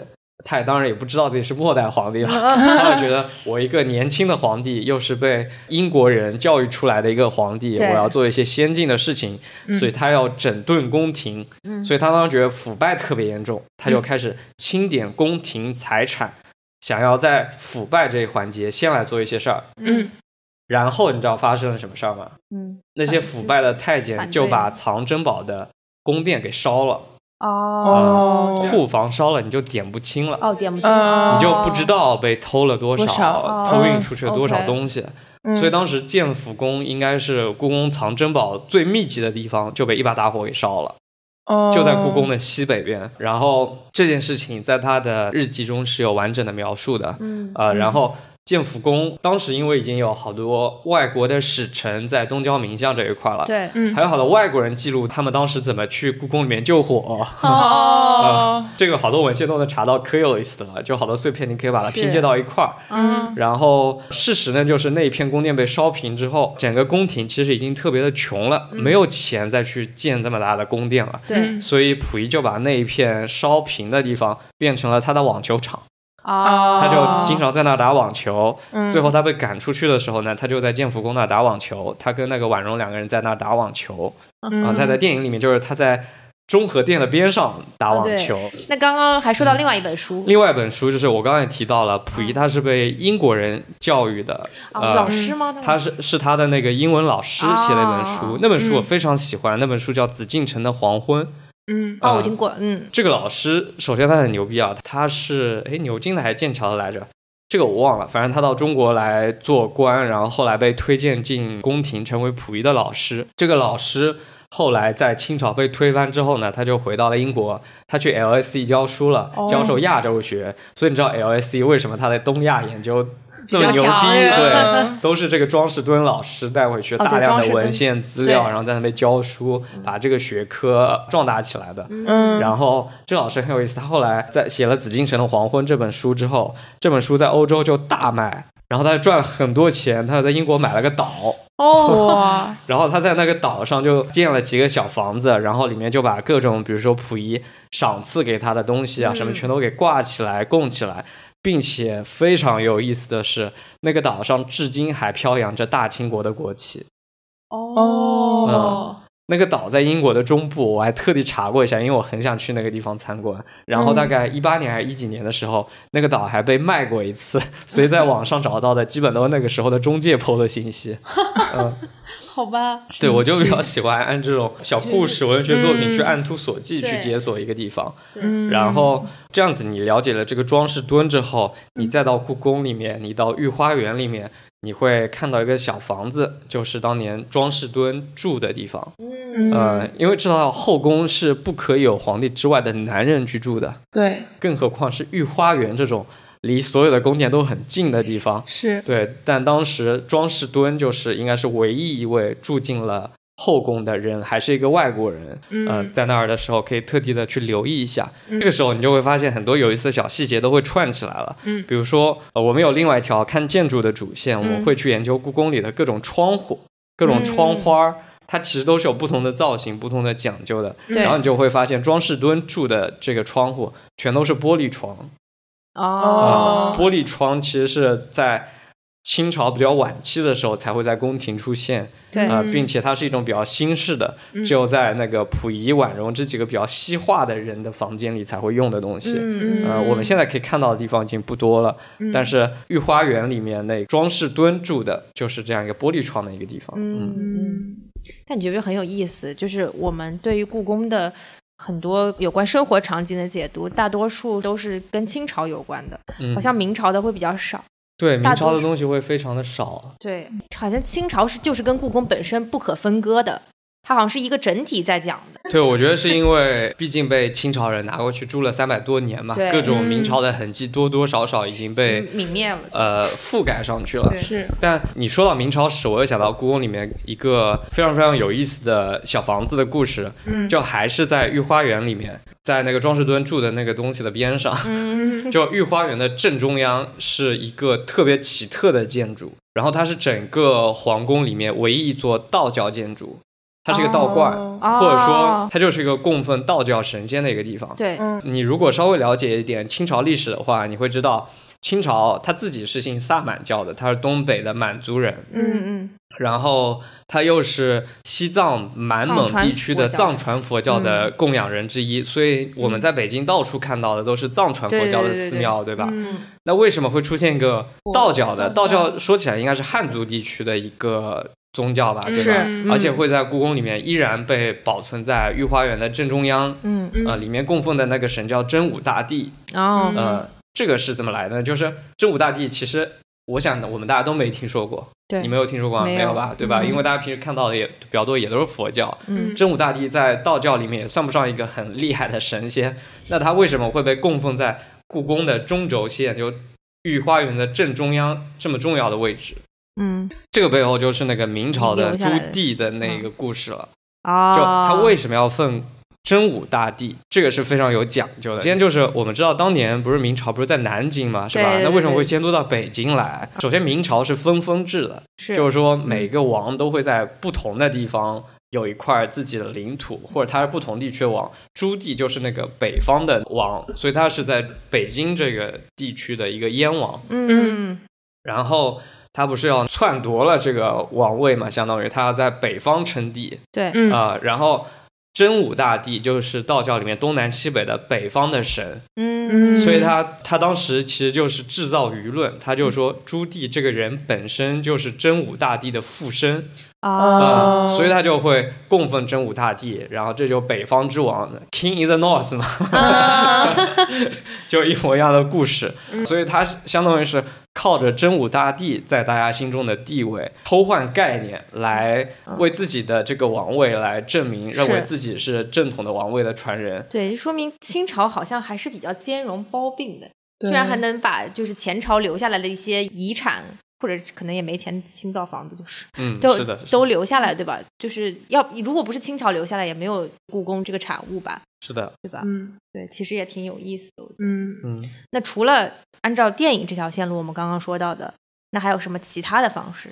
G: 他也当然也不知道自己是末代皇帝了，他就觉得我一个年轻的皇帝，又是被英国人教育出来的一个皇帝，我
D: 对
G: 要做一些先进的事情，所以他要整顿宫廷，
I: 嗯
G: 所以他当时觉得腐败特别严重，他就开始清点宫廷财产，想要在腐败这一环节先来做一些事儿。
F: 嗯
G: 然后你知道发生了什么事儿吗？
D: 嗯，
G: 那些腐败的太
D: 反
G: 监
D: 对
G: 就把藏珍宝的宫殿给烧了，
D: 哦
G: 啊库房烧了，你就点不清了。
D: 哦，哦点不清，
F: 嗯
G: 你就不知道被偷了多少，
F: 多少
G: 偷运出去了多少东西。
F: 嗯
G: 所以当时建福宫应该是故宫藏珍宝最密集的地方，就被一把大火给烧了，
F: 哦
G: 就在故宫的西北边。然后这件事情在他的日记中是有完整的描述的。
D: 嗯
G: 呃，然后建福宫当时因为已经有好多外国的使臣在东交民巷这一块了，，
D: 对，
F: 嗯
G: 还有好多外国人记录他们当时怎么去故宫里面救火。
F: 哦
G: [LAUGHS] 这个好多文献都能查到，可有意思了。就好多碎片，你可以把它拼接到一块儿。
D: 嗯
G: 然后事实呢，就是那一片宫殿被烧平之后，整个宫廷其实已经特别的穷了，没有钱再去建这么大的宫殿了。
D: 嗯对，
G: 所以溥仪就把那一片烧平的地方变成了他的网球场，
D: 哦，
G: 他就经常在那儿打网球。
F: 嗯
G: 最后他被赶出去的时候呢，他就在建福宫那儿打网球，他跟那个婉容两个人在那儿打网球。
D: 嗯
G: 啊，他在电影里面就是他在中和殿的边上打
D: 啊对
G: 网球。
D: 那刚刚还说到另外一本书，
G: 嗯另外一本书就是我刚才也提到了，溥仪他是被英国人教育的，
D: 嗯啊，
G: 呃
D: 老师吗？
G: 他是是他的那个英文老师写的一本书，
D: 哦
G: 那本书我非常喜欢，那本书叫《紫禁城的黄昏》。
F: 嗯
D: 哦，我
G: 呃
D: 听过，嗯，
G: 这个老师，首先他很牛逼啊，他是哎牛津的还是剑桥的来着？这个我忘了，反正他到中国来做官，然后后来被推荐进宫廷，成为溥仪的老师。这个老师后来在清朝被推翻之后呢，他就回到了英国，他去 LSE 教书了，
D: 哦
G: 教授亚洲学。所以你知道 LSE 为什么他在东亚研究这么
D: 比
G: 牛
D: 较
G: 逼？
D: 强
G: 对
F: 嗯，
G: 都是这个庄士敦老师带回去
D: 哦对
G: 大量
D: 庄
G: 的
D: 士敦
G: 文献资料，
D: 对
G: 然后在那边教书，把这个学科壮大起来的。
F: 嗯
G: 然后郑老师很有意思，他后来在写了《紫禁城的黄昏》这本书之后，这本书在欧洲就大卖，然后他赚了很多钱，他在英国买了个岛，
F: 哦哇
G: [LAUGHS] 然后他在那个岛上就建了几个小房子，然后里面就把各种比如说溥仪赏赐给他的东西啊，什么全都给挂起来、供起来。并且非常有意思的是，那个岛上至今还飘扬着大清国的国旗。嗯
D: 哦，
G: 那个岛在英国的中部，我还特地查过一下，因为我很想去那个地方参观。然后大
D: 嗯
G: 概一八年还是一几年的时候，那个岛还被卖过一次，所以在网上找到的基本都是那个时候的中介 PO 的
D: [LAUGHS]
G: 信息。嗯，
D: 好吧，
G: 对我就比
D: [LAUGHS]
G: 较喜欢按这种小故事、文学作品去
F: 嗯
G: 按图索骥去
D: 对
G: 解锁一个地方，
F: 嗯
G: 然后这样子你了解了这个庄士敦之后，你再到故宫里面，你到御花园里面。你会看到一个小房子，就是当年庄士敦住的地方。
F: 嗯
G: 呃，因为知道后宫是不可以有皇帝之外的男人居住的，
F: 对
G: 更何况是御花园这种离所有的宫殿都很近的地方。
F: 是
G: 对，但当时庄士敦就是应该是唯一一位住进了后宫的人，还是一个外国人。
F: 嗯
G: 呃在那儿的时候可以特地的去留意一下，这个时候你就会发现很多有意思的小细节都会串起来了。
F: 嗯
G: 比如说，呃，我们有另外一条看建筑的主线，我们会去研究故宫里的各种窗户、各种窗
F: 嗯
G: 花儿。它其实都是有不同的造型、不同的讲究的，
D: 对
G: 然后你就会发现庄士敦住的这个窗户全都是玻璃窗，啊，
F: 哦
G: 玻璃窗其实是在清朝比较晚期的时候才会在宫廷出现，
D: 对嗯
G: 啊、
F: 嗯
G: 并且它是一种比较新式的，只有在那个溥仪、婉容这几个比较西化的人的房间里才会用的东西。
D: 嗯
G: 呃，我们现在可以看到的地方已经不多了，但是御花园里面那庄士敦住的就是这样一个玻璃窗的一个地方。嗯，
D: 嗯，但你觉不觉得很有意思？就是我们对于故宫的很多有关生活场景的解读，大多数都是跟清朝有关的，
G: 嗯
D: 好像明朝的会比较少。嗯
G: 对
D: 大
G: 明
D: 多
G: 朝的
D: 数
G: 东西会非常的少。啊
D: 对，好像清朝是就是跟故宫本身不可分割的。它好像是一个整体在讲的。
G: [LAUGHS] 对，我觉得是因为毕竟被清朝人拿过去住了三百多年嘛，
D: 对嗯
G: 各种明朝的痕迹多多少少已经被、
D: 泯灭了
G: 呃覆盖上去了。
F: 是
G: 但你说到明朝史，我又想到故宫里面一个非常非常有意思的小房子的故事，
D: 嗯
G: 就还是在御花园里面，在那个庄士敦住的那个东西的边上，
D: 嗯
G: 就御花园的正中央是一个特别奇特的建筑，然后它是整个皇宫里面唯一一座道教建筑，它是一个道观，
D: 哦
G: 或者说它就是一个供奉道教神仙的一个地方。
D: 对，
G: 你如果稍微了解一点清朝历史的话，你会知道清朝他自己是信萨满教的，他是东北的满族人，
D: 嗯
G: 然后他又是西藏满蒙地区的藏传佛教的嗯供养人之一，所以我们在北京到处看到的都是藏传佛教的寺庙，对吧？
D: 嗯
G: 那为什么会出现一个道教的？道教说起来应该是汉族地区的一个宗教吧，对吧？
D: 嗯
G: 而且会在故宫里面依然被保存在御花园的正中央，
I: 嗯，
G: 呃，里面供奉的那个神叫真武大帝，
I: 哦，
G: 呃，这个是怎么来的？就是真武大帝，其实我想我们大家都没听说过，
I: 对
G: 你没有听说过吗？
I: 没有
G: 吧？对吧？因为大家平时看到的也比较多，也都是佛教。
I: 嗯
G: 真武大帝在道教里面也算不上一个很厉害的神仙， [LAUGHS] 那他为什么会被供奉在故宫的中轴线，就御花园的正中央这么重要的位置？
D: 嗯
G: 这个背后就是那个明朝的
D: 留
G: 朱
D: 下来的
G: 棣的那个故事了。
D: 啊，
G: 就他为什么要奉真武大帝，这个是非常有讲究的。今天就是我们知道，当年不是明朝不是在南京嘛，是吧？
D: 对对
G: 那为什么
D: 对
G: 会迁都到北京来？首先，明朝是分封制的，
D: 是
G: 就是说每个王都会在不同的地方。有一块自己的领土，或者他是不同地区的王，朱棣就是那个北方的王，所以他是在北京这个地区的一个燕王。
D: 嗯
G: 然后他不是要篡夺了这个王位嘛，相当于他要在北方称帝，
D: 对，
I: 嗯
G: 啊、然后真武大帝就是道教里面东南西北的北方的神，
D: 嗯
G: 所以他他当时其实就是制造舆论，他就说朱棣这个人本身就是真武大帝的附身啊、
D: 啊
G: 所以他就会供奉真武大帝，然后这就北方之王 King in the North 嘛，
D: 啊
G: [LAUGHS] 就一模一样的故事，
D: 嗯
G: 所以他是相当于是靠着真武大帝在大家心中的地位偷换概念，来为自己的这个王位来证明，认为自己是正统的王位的传人。
D: 对，说明清朝好像还是比较兼容包并的，居
F: 对
D: 然还能把就是前朝留下来的一些遗产，或者可能也没钱新造房子，就是
G: 嗯，
D: 都
G: 是的，
D: 都留下来，对吧？就是要如果不是清朝留下来，也没有故宫这个产物吧，
G: 是的，
D: 对吧？
F: 嗯
D: 对，其实也挺有意思的。我觉得
F: 嗯
G: 嗯，
D: 那除了按照电影这条线路，我们刚刚说到的，那还有什么其他的方式？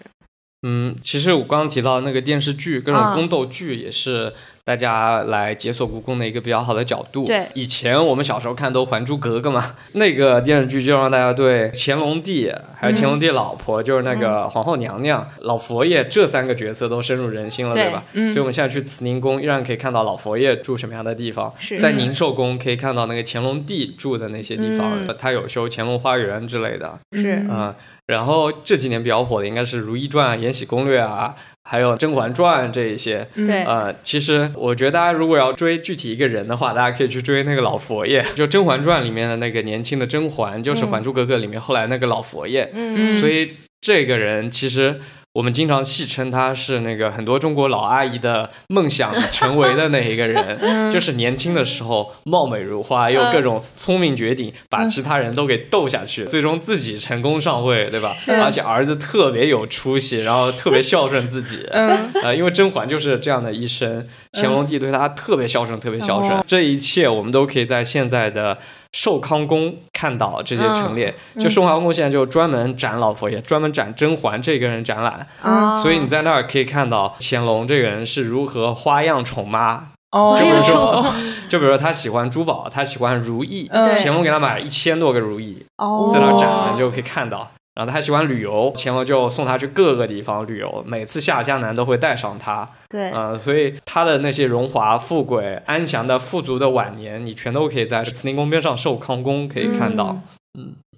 G: 嗯，其实我刚刚提到那个电视剧，各种
D: 啊
G: 宫斗剧也是大家来解锁故宫的一个比较好的角度。
D: 对
G: 以前我们小时候看都《还珠格格》嘛， [LAUGHS] 那个电视剧就让大家对乾隆帝还有乾隆帝
D: 嗯
G: 老婆，就是那个皇后娘娘、老佛爷这三个角色都深入人心了，
D: 对
G: 对吧？
F: 嗯
G: 所以我们现在去慈宁宫依然可以看到老佛爷住什么样的地方，
D: 是
G: 在宁寿宫可以看到那个乾隆帝住的那些地方，
D: 嗯
G: 他有修乾隆花园之类的。
F: 嗯
D: 是
G: 啊、然后这几年比较火的应该是《如懿传》《延禧攻略》啊，还有《甄嬛传》这一些。
F: 嗯
D: 对，
G: 呃，其实我觉得大家如果要追具体一个人的话，大家可以去追那个老佛爷，就《甄嬛传》里面的那个年轻的甄嬛，就是《还珠格格》里面后来那个老佛爷。
D: 嗯
G: 所以这个人其实我们经常戏称他是那个很多中国老阿姨的梦想成为的那一个人，就是年轻的时候貌美如花，又各种聪明绝顶，把其他人都给斗下去，最终自己成功上位，对吧？而且儿子特别有出息，然后特别孝顺自己。
F: 嗯
G: 呃，因为甄嬛就是这样的一生，乾隆帝对她特别孝顺，特别孝顺。这一切我们都可以在现在的寿康宫看到这些陈列。就寿康宫现在就专门展老佛爷，专门展甄嬛这个人展览，
D: 啊，
G: 所以你在那儿可以看到乾隆这个人是如何花样宠妈。
F: 哦
G: 就比如说， [LAUGHS] 就比如说他喜欢珠宝，他喜欢如意，
F: 嗯
G: 乾隆给他买一千多个如意，
D: 哦
G: 在那儿展览你就可以看到。然后他还喜欢旅游，乾隆就送他去各个地方旅游，每次下江南都会带上他。
D: 对，
G: 呃，所以他的那些荣华富贵、安嗯详的富足的晚年，你全都可以在慈宁宫边上寿康宫可以看到。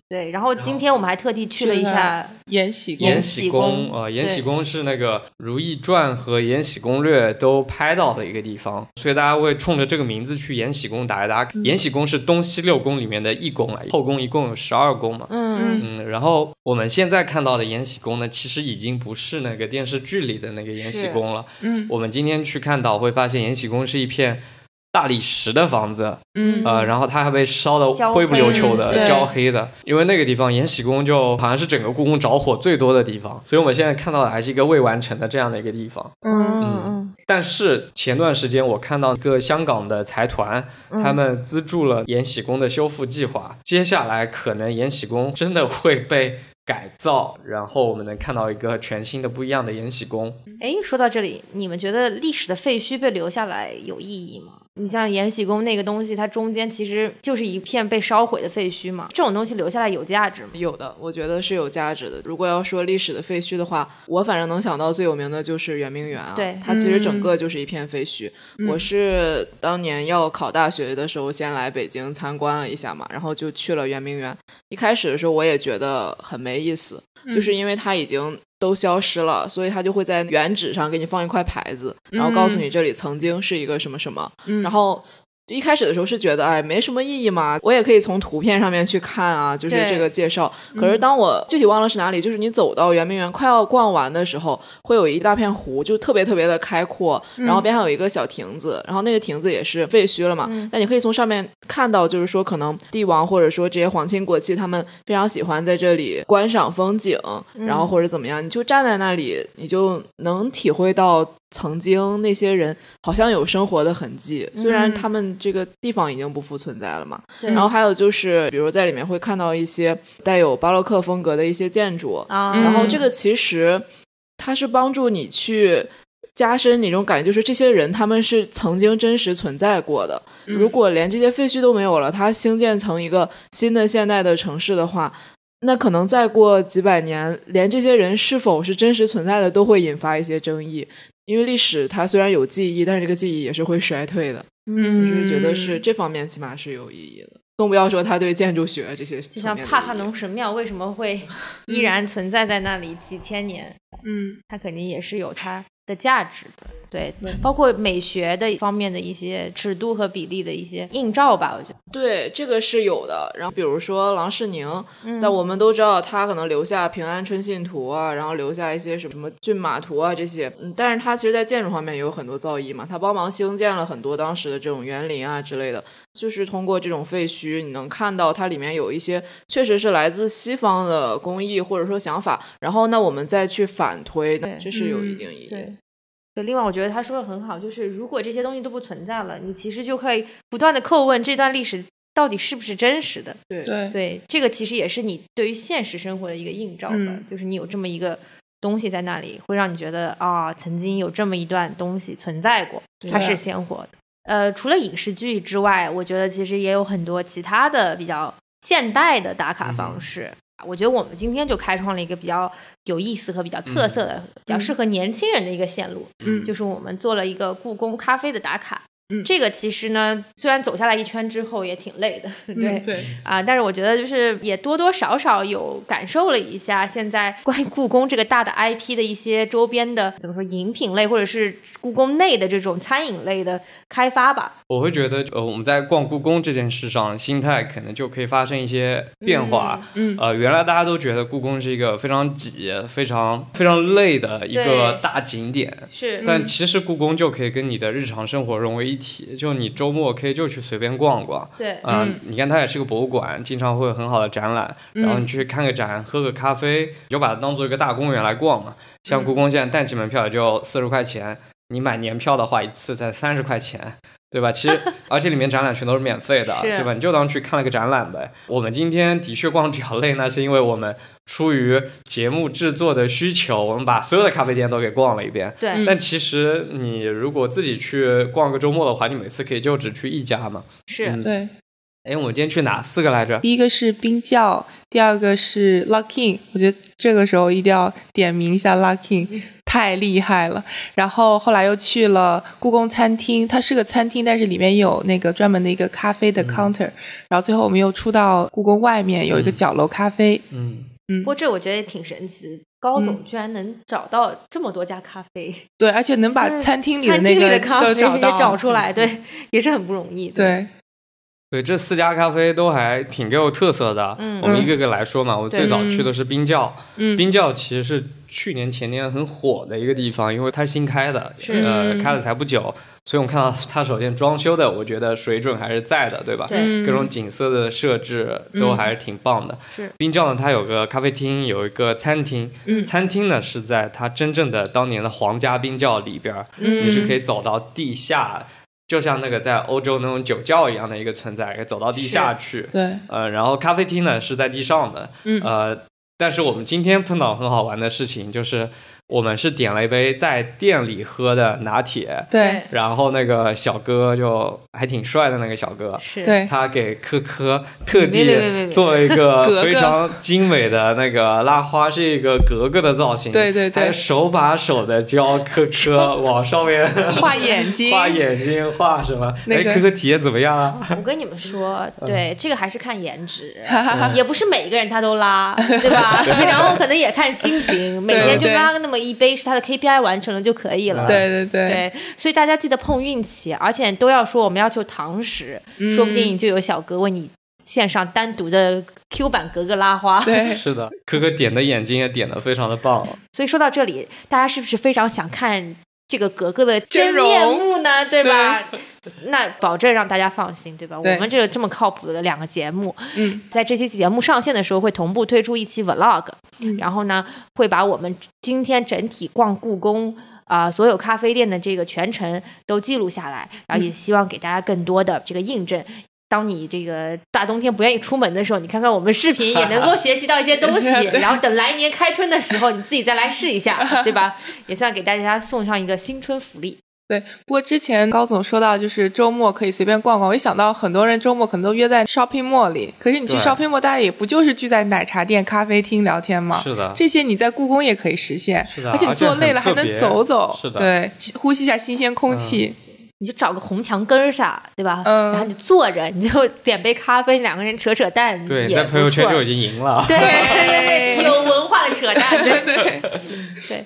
D: 对，然后今天我们还特地去了一下，
F: 延禧宫
G: 延禧宫
D: 宫
G: 呃，延禧宫是那个《如懿传》和《延禧攻略》都拍到的一个地方，所以大家会冲着这个名字去延禧宫打一打卡。延禧宫是东西六宫里面的一宫啊，后宫一共有十二宫嘛。
D: 嗯，
G: 嗯，然后我们现在看到的延禧宫呢，其实已经不是那个电视剧里的那个延禧宫了。
F: 嗯
G: 我们今天去看到会发现，延禧宫是一片大理石的房子，
F: 嗯
G: 呃，然后它还被烧得
D: 焦
G: 灰不溜秋的
F: 黑、对
G: 焦黑的，因为那个地方延禧宫就好像是整个故宫着火最多的地方，所以我们现在看到的还是一个未完成的这样的一个地方。
F: 嗯
G: 嗯嗯。但是前段时间我看到一个香港的财团，
F: 嗯
G: 他们资助了延禧宫的修复计划，接下来可能延禧宫真的会被。改造，然后我们能看到一个全新的、不一样的延禧宫。
D: 哎，说到这里，你们觉得历史的废墟被留下来哎有意义吗？你像延禧宫那个东西，它中间其实就是一片被烧毁的废墟嘛，这种东西留下来有价值吗？
I: 有的，我觉得是有价值的。如果要说历史的废墟的话，我反正能想到最有名的就是圆明园啊。
D: 对嗯
I: 它其实整个就是一片废墟。我是当年要考大学的时候，先来北京参观了一下嘛，然后就去了圆明园。一开始的时候，我也觉得很没意思，
D: 嗯
I: 就是因为它已经。都消失了，所以它就会在原址上给你放一块牌子，
D: 嗯
I: 然后告诉你这里曾经是一个什么什么，然后就一开始的时候是觉得哎没什么意义嘛，我也可以从图片上面去看啊，就是
D: 对
I: 这个介绍。可是当我具体忘了是哪里，就是你走到圆明园快要逛完的时候，会有一大片湖，就特别特别的开阔，然后边上有一个小亭子，然后那个亭子也是废墟了嘛，但你可以从上面看到，就是说可能帝王或者说这些皇亲国戚他们非常喜欢在这里观赏风景，然后或者怎么样，你就站在那里，你就能体会到曾经那些人好像有生活的痕迹，虽然他们这个地方已经不复存在了嘛。
D: 对
I: 然后还有就是，比如在里面会看到一些带有巴洛克风格的一些建筑，
C: 哦
D: 啊
I: 然
C: 嗯
I: 后这个其实它是帮助你去加深你一种感觉，就是这些人他们是曾经真实存在过的。如果连这些废墟都没有了，它兴建成一个新的现代的城市的话。那可能再过几百年，连这些人是否是真实存在的都会引发一些争议，因为历史它虽然有记忆，但是这个记忆也是会衰退的。我
D: 嗯
I: 是觉得是这方面起码是有意义的，更不要说它对建筑学这些层面的意义。
D: 就像帕特农神庙为什么
I: [LAUGHS]
D: 会依然存在在那里几千年？
F: 嗯，
D: 它肯定也是有它的价值的。对，包括美学的方面的一些尺度和比例的一些映照吧，我觉得。
I: 对，这个是有的。然后比如说郎世宁，
D: 嗯
I: 那、我们都知道他可能留下平安春信图啊，然后留下一些什么什么骏马图啊这些。嗯，但是他其实，在建筑方面也有很多造诣嘛，他帮忙兴建了很多当时的这种园林啊之类的。就是通过这种废墟，你能看到它里面有一些确实是来自西方的工艺或者说想法，然后那我们再去反推，那
D: 对
I: 这是有一
F: 嗯
I: 定意义的。
D: 对。对，另外我觉得他说的很好，就是如果这些东西都不存在了，你其实就可以不断的叩问这段历史到底是不是真实的。
I: 对
F: 对，
D: 对，这个其实也是你对于现实生活的一个映照吧，
F: 嗯
D: 就是你有这么一个东西在那里，会让你觉得啊，曾经有这么一段东西存在过，它是鲜活的。呃，除了影视剧之外，我觉得其实也有很多其他的比较现代的打卡
F: 嗯
D: 方式。我觉得我们今天就开创了一个比较有意思和比较特色的、
F: 嗯
D: 比较适合年轻人的一个线路，
G: 嗯
D: 就是我们做了一个故宫咖啡的打卡。
F: 嗯
D: 这个其实呢，虽然走下来一圈之后也挺累的， [LAUGHS] 对，
F: 嗯对，
D: 啊，但是我觉得就是也多多少少有感受了一下现在关于故宫这个大的 IP 的一些周边的怎么说饮品类或者是故宫内的这种餐饮类的开发吧。
G: 我会
F: 嗯
G: 觉得，呃，我们在逛故宫这件事上，心态可能就可以发生一些变化。
F: 嗯
G: 呃，原来大家都觉得故宫是一个非常挤、非常非常累的一个
D: 对
G: 大景点，
D: 是
F: 嗯
G: 但其实故宫就可以跟你的日常生活融为一体。就你周末可以就去随便逛逛。
D: 对，
F: 嗯
G: 啊、你看它也是个博物馆，经常会有很好的展览，
I: 嗯
G: 然
D: 嗯
G: 后你去看个展，喝个咖啡，你就把它当做一个大公园来逛嘛。像
D: 嗯
G: 故宫现在淡季门票也就四十块钱，你买年票的话一次才三十块钱，对
D: [LAUGHS]
G: 吧？其实而且里面展览全都是免费的，
D: 是
G: 对吧？你就当去看了个展览呗。我们今天的确逛得比较累，那是因为我们出于节目制作的需求，我们把所有的咖啡店都给逛了一遍。
D: 对，
G: 但其实你如果自己去逛个周末的话，你每次可以就只去一家嘛。
D: 是
G: 嗯
F: 对。
G: 哎，我们今天去哪四个来着？
F: 第一个是冰窖，
I: [LAUGHS]
F: 第二个是 Luckin，我觉得这个时候一定要点名一下 Luckin，太厉害了。然后后来又去了故宫餐厅，它是个餐厅，但是里面有那个专门的一个咖啡
I: 嗯
F: 的 counter、然后最后我们又出到故宫外面有一个角楼咖啡，
G: 嗯，
F: 嗯
I: 不，过这我觉得也挺神奇的，高总居然能找到这么多家咖啡，
F: 对，而且能把
I: 就是
F: 餐厅里的
I: 餐
F: 那
I: 厅里
F: 个
I: 的咖
F: 都
I: 啡
F: 找
I: 也
F: 到，嗯
I: 找出来，对，也是很不容易。，
F: 对，
G: 对，这四家咖啡都还挺给我特色的。
I: 嗯
G: 我们一个个来说嘛。我
I: 对
G: 最早
F: 嗯
G: 去的是冰窖，
F: 嗯，
G: 冰窖其实是去年前年很火的一个地方，因为它是新开的，呃，
F: 嗯
G: 开了才不久，所以我们看到它首先装修的，我觉得水准还是在的，对吧？
I: 对
F: 嗯
G: 各种景色的设置都还是挺棒的。
I: 是
G: 冰窖呢，它有个咖啡厅，有一个餐厅。餐厅呢是在它真正的当年的皇家冰窖里边儿，
F: 嗯
G: 你是可以走到地下，就像那个在欧洲那种酒窖一样的一个存在，可以走到地下去。
F: 对，
G: 呃，然后咖啡厅呢是在地上的，
F: 嗯
G: 呃，但是我们今天碰到很好玩的事情，就是我们是点了一杯在店里喝的拿铁，
F: 对，
G: 然后那个小哥就还挺帅的那个小哥，
I: 是，
F: 对，
G: 他给科科特
I: 哎别别别别
G: 地
I: 别
G: 做了一个
F: 格格
G: 非常精美的那个拉花，是一个格格的造型，
F: 对对对
G: 还手把手的教科科往上面 [LAUGHS]
F: 画眼睛，
G: 画眼睛画什么，
F: 那
G: 哎，
F: 个
G: 科科体验怎么样啊？
I: 我跟你们说，对这个还是看颜
F: [LAUGHS]
I: 值，也不是每一个人他都拉，对吧？然后可能也看
F: [LAUGHS]
I: 心情，每天就
F: 对
I: 拉那么一杯是他的 KPI 完成了就可以了。
F: 对对对
I: 对，所以大家记得碰运气，而且都要说我们要求堂食，
F: 嗯
I: 说不定就有小哥为你献上单独的 Q 版格格拉花。
F: 对，
G: 是的，科科点的眼睛也点的非常的棒。啊
I: 所以说到这里，大家是不是非常想看这个格格的
F: 真
I: 真
F: 容
I: 面目呢？对吧？那保证让大家放心，对吧？
F: 对
I: 我们这个这么靠谱的两个节目，
F: 嗯，
I: 在这期节目上线的时候会同步推出一期 vlog，、
F: 嗯，
I: 然后呢会把我们今天整体逛故宫。啊、所有咖啡店的这个全程都记录下来，然后也希望给大家更多的这个印证。当你这个大冬天不愿意出门的时候，你看看我们视频也能够学习到一些东西
F: [LAUGHS] 对
I: 然后等来年开春的时候，你自己再来试
F: [LAUGHS]
I: 一下，对吧？也算给大家送上一个新春福利。
F: 对，不过之前高总说到，就是周末可以随便逛逛，我一想到很多人周末可能都约在 shopping mall 里，可是你去
G: 对
F: shopping mall，大家也不就是聚在奶茶店、咖啡厅聊天吗？
G: 是的
F: 啊这些你在故宫也可以实现，
G: 是的
F: 而且你
G: 而且
F: 坐累
G: 很
F: 了还
G: 特
F: 能
G: 别
F: 走走，
G: 是的
F: 对，吸呼吸一下新鲜空气，
I: 你就找个红墙根儿上，对吧？
F: 嗯
I: 然后你坐着，你就点杯咖啡，两个人扯扯淡，
G: 对，
I: 也
G: 在
I: 不
G: 朋友圈
I: 错
G: 就已经赢了。
I: 对
F: 哎
I: 对对对，有文化的扯淡，
F: [LAUGHS]
I: 对对对，
G: [LAUGHS]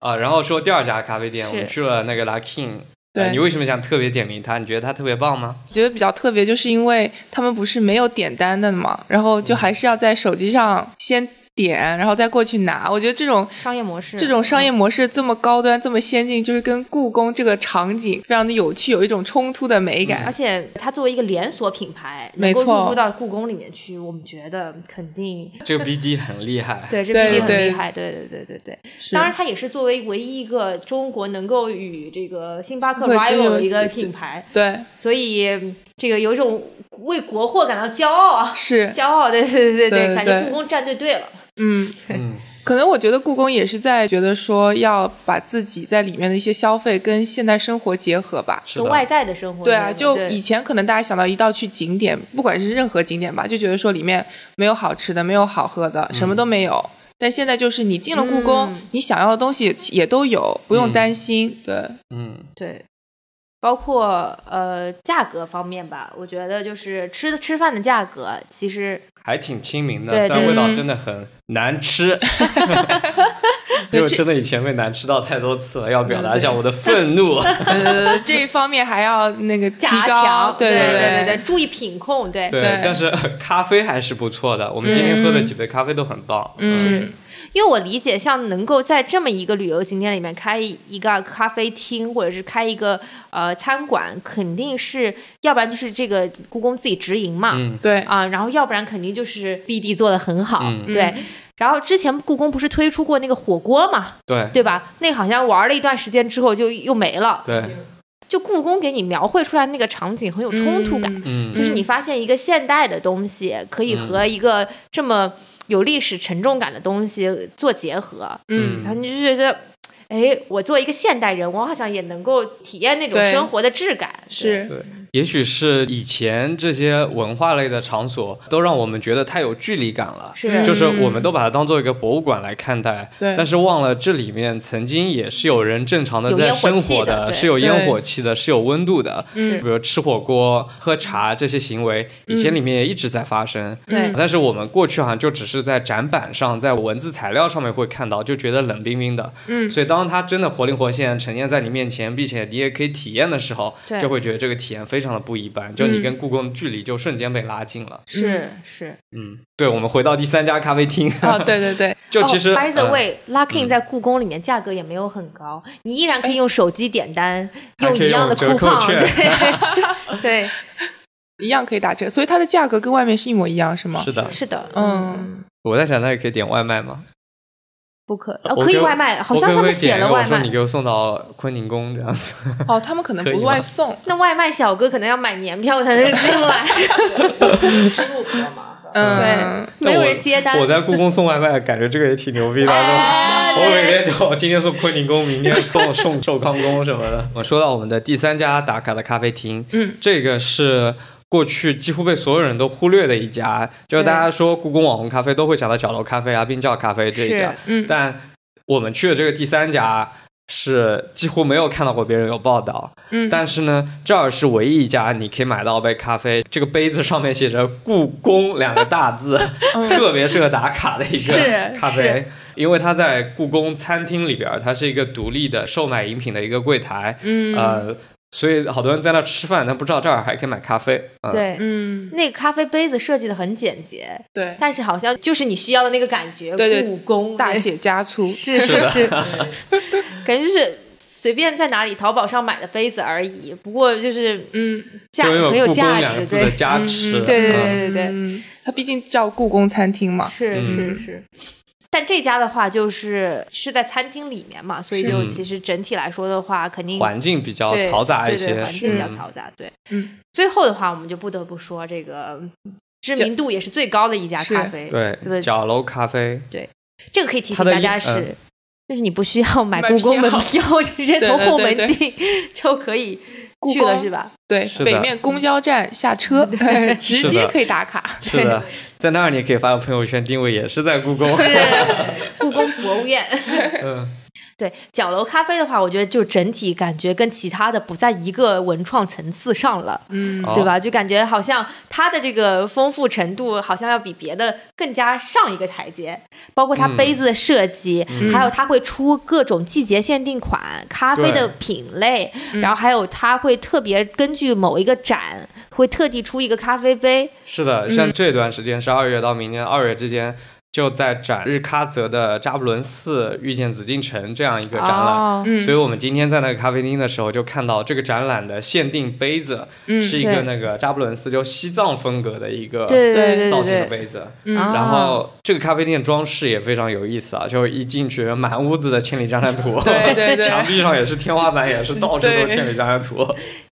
G: 啊，然后说第二家咖啡店，我们
I: 是
G: 去了那个 La King。
F: 对
G: 呃你为什么想特别点名它？你觉得它特别棒吗？
F: 觉得比较特别，就是因为他们不是没有点单的嘛，然后就还是要在手机上先点，然后再过去拿。我觉得这种
I: 商业模式，
F: 这种商业模式这么高端、这么先进，就是跟故宫这个场景非常的有趣，有一种冲突的美
I: 而
F: 感。
I: 且它作为一个连锁品牌，
F: 哎没错
I: 能够入驻到故宫里面去，我们觉得肯定
G: 这个 BD 很厉害。
I: 对这
F: 对
I: 肯定很
F: 对
I: 厉害，对对对对对。
F: 是
I: 当然，，它也是作为唯一一个中国能够与这个星巴克
F: 对对
I: rival 的一
F: 对
I: 个
F: 对
I: 品牌，
F: 对，
I: 所以这个有一种为国货感到骄傲啊， [LAUGHS]
F: 是，
I: 骄傲，对对对
F: 对
I: 对，感觉
F: 对
I: 故宫站对队了。
F: 嗯，
G: 嗯，
F: 可能我觉得故宫也是在觉得说要把自己在里面的一些消费跟现代生活结合吧。
G: 是
I: 就
G: 的。
I: 外在的生活里
F: 对
I: 面，
F: 啊，就
I: 对
F: 以前可能大家想到一到去景点，不管是任何景点吧，就觉得说里面没有好吃的，没有好喝的，什么都没有。但现在就是你进了故宫，
I: 嗯
F: 你想要的东西也都有，不用
G: 嗯
F: 担心。对，
G: 嗯，
I: 对，包括呃价格方面吧，我觉得就是吃吃饭的价格，其实
G: 还挺亲民的，
I: 对
G: 虽然
F: 对
G: 味道真的很难吃，因
F: 对
G: 为
F: 这
G: 真的以前被难吃到太多次了，要表达一下我的愤怒。
F: 呃，这一方面还要那个提
I: 加
F: 高
I: 强，，对
F: 对
I: 对对，注意品控，对。
G: 对，但是 [LAUGHS] 呃咖啡还是不错的，我们今天喝的几杯咖啡都很棒。
F: 嗯，
I: 因为我理解，像能够在这么一个旅游景点里面开一个咖啡厅，或者是开一个呃餐馆，肯定是要不然就是这个故宫自己直营嘛，
G: 嗯，
F: 对，
I: 啊，然后要不然肯定就是 BD 做的很好，
G: 嗯
I: 对。然后之前故宫不是推出过那个火锅嘛，
G: 对
I: 对吧？那好像玩了一段时间之后就又没了。
G: 对，
I: 就故宫给你描绘出来那个场景很有冲突感，
G: 嗯
I: 就是你发现一个现代的东西可以和一个这么有历史沉重感的东西做结合，
F: 嗯，
I: 然后你就觉得，哎，我作为一个现代人，我好像也能够体验那种
F: 对
I: 生活的质感。对
F: 是
G: 对。也许是以前这些文化类的场所都让我们觉得太有距离感了，
I: 是
G: 就是我们都把它当做一个博物馆来看待，
F: 对
G: 但是忘了这里面曾经也是有人正常的
D: 有
G: 在
D: 烟火
G: 生
D: 气
G: 活
D: 的对
G: 是有烟火气的，是有温度的，
F: 嗯
G: 比如吃火锅、喝茶这些行为，以前里面也一直在发生，
D: 嗯对
G: 但是我们过去好像就只是在展板上、在文字材料上面会看到，就觉得冷冰冰的。
F: 嗯
G: 所以当它真的活灵活现呈现在你面前，并且你也可以体验的时候
D: 对，嗯
G: 就会觉得这个体验非常的不一般，就你跟故宫的距离就瞬间被拉近了。
D: 是是
G: 嗯，对，我们回到第三家咖啡厅，
F: 哦，对对对，
G: [LAUGHS] 就其实、
D: 哦、，by the
G: 嗯
D: way，Luckin、
G: 嗯
D: 在故宫里面价格也没有很高，你依然可以用手机点单，
G: 还可以
D: 一样的
G: 用折扣
D: coupon，
G: 券 [LAUGHS]
D: 对对，
F: 一样可以打折，所以它的价格跟外面是一模一样，是吗？
G: 是的，
D: 是的，
F: 嗯，
G: 我在想，那也可以点外卖吗？
D: 不可哦，
G: 我
D: 可以
G: 跟
D: 外卖，好
G: 我
D: 像
G: 跟
D: 他
G: 薇
D: 们
G: 点
D: 写
G: 一个
D: 了外
G: 我说你
D: 卖。
G: 给我送到坤宁宫这样子。
F: 哦，他们可能
G: 可以
F: 不
G: 吗
F: 外送，
D: 那外卖小哥可能要买年票才能进来，
F: [LAUGHS]
I: 路比较麻烦。
F: 嗯，
D: 没有
G: 但我
D: 人接单。
G: 我在故宫送外卖，感觉这个也挺牛逼的。
D: 哎
G: 我每天就今天送坤宁宫，明天
D: [LAUGHS]
G: 送送寿康宫什么的。我说到我们的第三家打卡的咖啡厅，
F: 嗯，
G: 这个是。过去几乎被所有人都忽略的一家，就是大家说故宫网红咖啡都会想到角楼咖啡啊、冰窖咖啡这一家
D: 是，
F: 嗯，
G: 但我们去的这个第三家是几乎没有看到过别人有报道，
F: 嗯
G: 但是呢，这儿是唯一一家你可以买到杯咖啡，这个杯子上面写着“故宫”两个
D: [LAUGHS]
G: 大字，特别适合打卡的一
D: 嗯是
G: 个咖啡。因为它在故宫餐厅里边儿，它是一个独立的售卖饮品的一个柜台，
F: 嗯
G: 呃，所以好多人在那吃饭，但不知道这儿还可以买咖啡。嗯、，
D: 对，
F: 嗯，
D: 那个咖啡杯子设计的很简洁，
F: 对，
D: 但是好像就是你需要的那个感觉。
F: 对对
D: 故宫
F: 大
D: 对
F: 写
I: [LAUGHS]
F: 加粗，
D: 是是是，感觉就是随便在哪里淘宝上买的杯子而已。不过就是
F: 嗯
D: 价
G: 就因为
D: 很有
G: 故宫
D: 价
G: 两
D: 值，
G: 个字的
D: 对
G: 加持，
F: 嗯嗯
D: 对对
G: 嗯
D: 对对对，
F: 嗯，它毕竟叫故宫餐厅嘛，
D: 是是
G: 嗯
D: 是。但这家的话，就是是在餐厅里面嘛，所以就
G: 嗯
D: 其实整体来说的话，肯定
G: 环境比较
D: 对
G: 嘈杂一
D: 对对
G: 些，
D: 环境比较
G: 嗯
D: 嘈杂。对，
F: 嗯，
D: 最后的话，我们就不得不说这个知名度也是最高的一家
F: 是
D: 咖啡。
G: 对，角楼咖啡，
D: 这个可以提
G: 它
D: 醒
G: 的
D: 大家
G: 一
D: 是，
G: 呃
D: 就是你不需要买
F: 买
D: 故宫门
F: 票
D: 票，直接
F: 对
D: 从
F: 对
D: 后
F: 对
D: 门
F: 对
D: 进就可以
F: 故
D: 去了，
F: 宫
D: 是吧？
F: 对，
G: 是的
F: 北面公交站下车， [LAUGHS] 哎直接可以打卡，
G: 是
D: [LAUGHS]
G: 的，在那儿你可以发个朋友圈，定位也是在故宫。
D: 是故宫博物
F: [LAUGHS]
D: 院。
G: [LAUGHS] 嗯，
D: 对角楼咖啡的话，我觉得就整体感觉跟其他的不在一个文创层次上了。
F: 嗯
G: 哦
D: 对吧？就感觉好像它的这个丰富程度，好像要比别的更加上一个台阶。包括它
G: 嗯
D: 杯子的设计，还有它会出各种季节限定款、咖啡的
G: 对嗯
D: 品类，然后还有它会特别根据某一个展，会特地出一个咖啡杯。
G: 是
D: 嗯
G: 的，像这段时间是二月到明年二月之间，就在展日喀则的扎布伦寺遇见紫禁城这样一个展览。
D: 哦
G: 所以我们今天在那个咖啡厅的时候，就看到这个展览的限定杯子是一
D: 嗯对
G: 个那个扎布伦寺，就西藏风格的一个
D: 对对对
G: 造
D: 对
G: 型的
D: 对，
G: 杯子。
D: 啊
G: 然后这个咖啡店装饰也非常有意思啊，就一进去满屋子的千里江山图，
F: 对对
G: [LAUGHS]
F: 对
G: 墙壁上也是，天花板也是，到处都是千里江山图。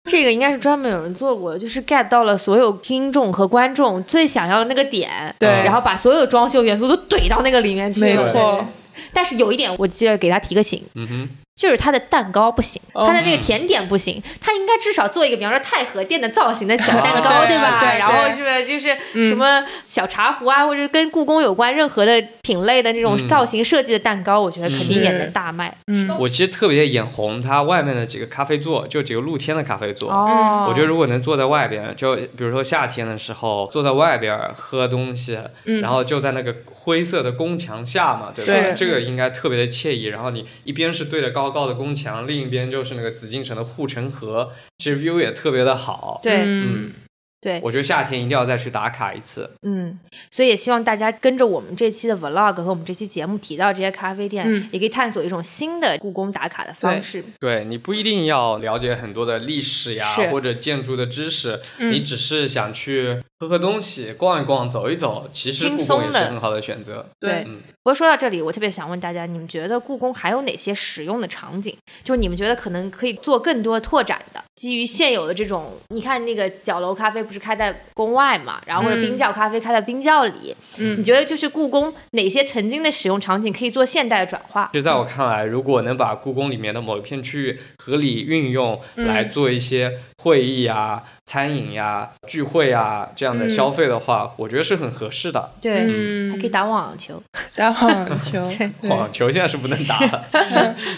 D: 这个应该是专门有人做过的，就是 get 到了所有听众和观众最想要的那个点，
F: 对
D: 然后把所有装修元素都怼到那个里面去了。
F: [LAUGHS] 没错，
D: 但是有一点，我记得给他提个醒，
G: 嗯哼，
D: 就是它的蛋糕不行，
F: 哦
D: 它的那个甜点不行，它应该至少做一个，比方说太和殿的造型的小蛋糕，
F: 啊
D: 对吧？
F: 对对
D: 然后是不是就是什么小茶壶啊，或者跟故宫有关任何的品类的那种
G: 嗯
D: 造型设计的蛋糕，我觉得肯定也能大卖。
F: 嗯，
G: 我其实特别眼红它外面的几个咖啡座，就几个露天的咖啡座。
D: 哦，
G: 嗯我觉得如果能坐在外边，就比如说夏天的时候坐在外边喝东西，
F: 嗯
G: 然后就在那个灰色的宫墙下嘛，对吧？
F: 对
G: 这个应该特别的惬意。然后你一边是对着高高的宫墙，另一边就是那个紫禁城的护城河，其实 view 也特别的好。
D: 对
F: 嗯，
D: 对，
G: 我觉得夏天一定要再去打卡一次。
D: 嗯，所以也希望大家跟着我们这期的 vlog 和我们这期节目提到这些咖啡店，
F: 嗯
D: 也可以探索一种新的故宫打卡的方式。
G: 对你不一定要了解很多的历史呀
D: 是，
G: 或者建筑的知识，
F: 嗯
G: 你只是想去喝喝东西、逛一逛、走一走，其实
D: 轻
G: 故
D: 松
G: 宫也是
D: 的
G: 很好的选择。
D: 对
G: 嗯
D: 不过说到这里，我特别想问大家，你们觉得故宫还有哪些使用的场景？就是你们觉得可能可以做更多拓展的，基于现有的这种，你看那个角楼咖啡不是开在宫外嘛，然后或者
F: 嗯
D: 冰窖咖啡开在冰窖里，
F: 嗯
D: 你觉得就是故宫哪些曾经的使用场景可以做现代的转化？
G: 其实在我看来，如果能把
D: 嗯
G: 故宫里面的某一片区域合理运用来做一些会议啊、餐饮呀、聚会呀
D: 嗯
G: 这样的消费的话，我觉得是很合适的。
D: 对，还
F: 嗯
D: 可以，打网球。
F: 打网 [LAUGHS] 球
G: 网球现在是
D: [LAUGHS]
G: 不能打了，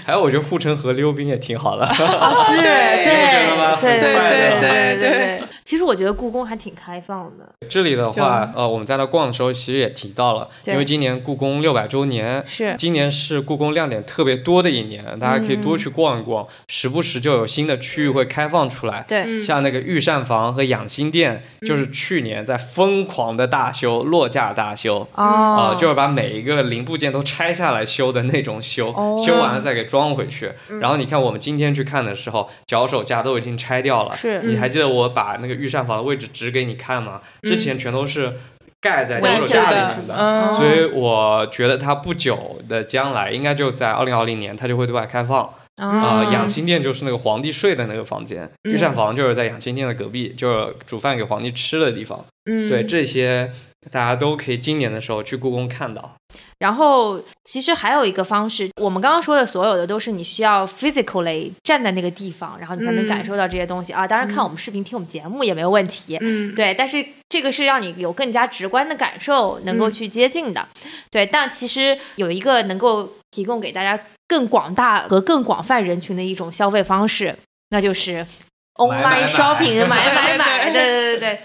G: 还有我觉得护城河溜冰也挺好的。
F: 啊，是，
G: [LAUGHS]
D: 对
G: 觉得吗很
D: 对
G: 快
D: 对
G: 乐
D: 对对。 [LAUGHS] 其实我觉得故宫还挺开放的，
G: 这里的话，呃，我们在那逛的时候其实也提到了，
D: 对
G: 因为今年故宫六百周年，
D: 是嗯
G: 今年是故宫亮点特别多的一年，大家可以多去逛一逛，时不时就有新的区域会开放出来。
D: 对嗯
F: 嗯
G: 像那个御膳房和养心殿，就是去年在疯狂的大修，落架大修。啊、
D: 哦，
G: 就是把每一个零部件都拆下来修的那种修，
D: 哦
G: 修完了再给装回去。然后你看，我们今天去看的时候，脚手架都已经拆掉了。
D: 是
G: 你还记得我把那个御膳房的位置指给你看吗？之前全都是盖在脚
D: 围
G: 手
D: 起来
G: 架里
D: 的
G: 面的。
F: 嗯，
G: 所以我觉得它不久的将来，应该就在二零二零年，它就会对外开放。啊、
D: 啊
G: 养心殿就是那个皇帝睡的那个房间，御膳房就是在养心殿的隔壁，就是煮饭给皇帝吃的地方。
F: 嗯
G: 对，这些大家都可以今年的时候去故宫看到。
D: 然后其实还有一个方式，我们刚刚说的所有的都是你需要 physically 站在那个地方，然后你才能
F: 嗯
D: 感受到这些东西啊。当然看
G: 嗯
D: 我们视频、听我们节目也没有问题。
F: 嗯，
D: 对，但是这个是让你有更加直观的感受，能
G: 嗯
D: 够去接近的。对，但其实有一个能够提供给大家更广大和更广泛人群的一种消费方式，那就是
G: 买买
D: online
G: 买 [LAUGHS]
D: shopping，买
F: [LAUGHS]
D: 买
F: 对
D: 买。对对对对，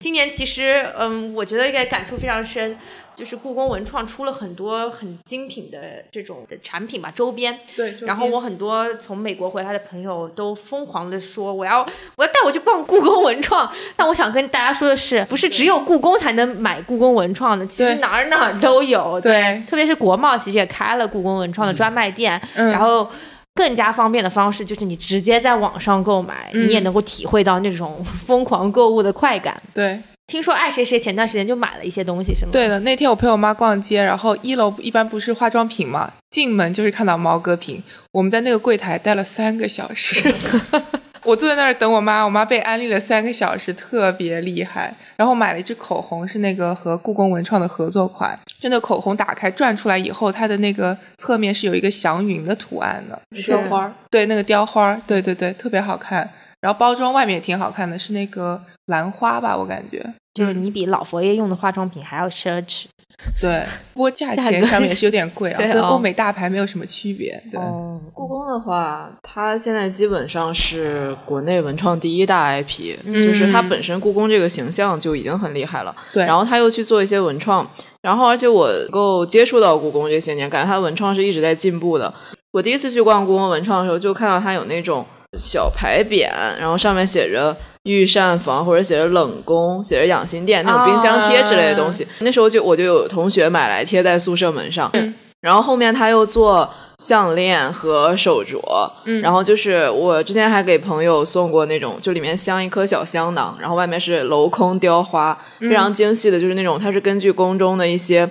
D: 今年其实嗯，我觉得也感触非常深。就是故宫文创出了很多很精品的这种产品吧，周边，
F: 对，周
D: 然后
F: 边
D: 我很多从美国回来的朋友都疯狂的说，我要我要带我去逛故宫文创。但我想跟大家说的是，不是只有故宫才能买故宫文创的，其实
F: 对
D: 哪儿哪儿都有。
F: 对，
D: 特别是国贸其实也开了故宫文创的专卖店，
F: 嗯
D: 然后。更加方便的方式就是你直接在网上购买，
F: 嗯
D: 你也能够体会到那种疯狂购物的快感。
F: 对，
D: 听说爱谁谁前段时间就买了一些东西，是吗？
F: 对的，那天我陪我妈逛街，然后一楼一般不是化妆品嘛，进门就是看到毛戈平，我们在那个柜台待了三个小时。我坐在那儿等我妈，我妈被安利了三个小时，特别厉害。然后买了一支口红，是那个和故宫文创的合作款。就那口红打开转出来以后，它的那个侧面是有一个祥云的图案的，
D: 是
F: 花儿，对，那个雕花儿，对对对，特别好看。然后包装外面也挺好看的，是那个兰花吧，我感觉。
D: 就是你比老佛爷用的化妆品还要奢侈。
F: 对，不过价钱
D: 价格
F: 上面也是有点贵啊，
D: 对
F: 跟
D: 哦
F: 欧美大牌没有什么区别。对，
I: 哦，故宫的话，它现在基本上是国内文创第一大 IP，、就是它本身故宫这个形象就已经很厉害了。
F: 对
I: 然后它又去做一些文创，然后而且我能够接触到故宫这些年，感觉它的文创是一直在进步的。我第一次去逛故宫文创的时候，就看到它有那种小牌匾，然后上面写着。御膳房或者写着冷宫，写着养心殿那种冰箱贴之类的东西，那时候就我就有同学买来贴在宿舍门上，然后后面他又做项链和手镯，嗯，然后就是我之前还给朋友送过那种，就里面镶一颗小香囊，然后外面是镂空雕花，非常精细的，就是那种它是根据宫中的一些。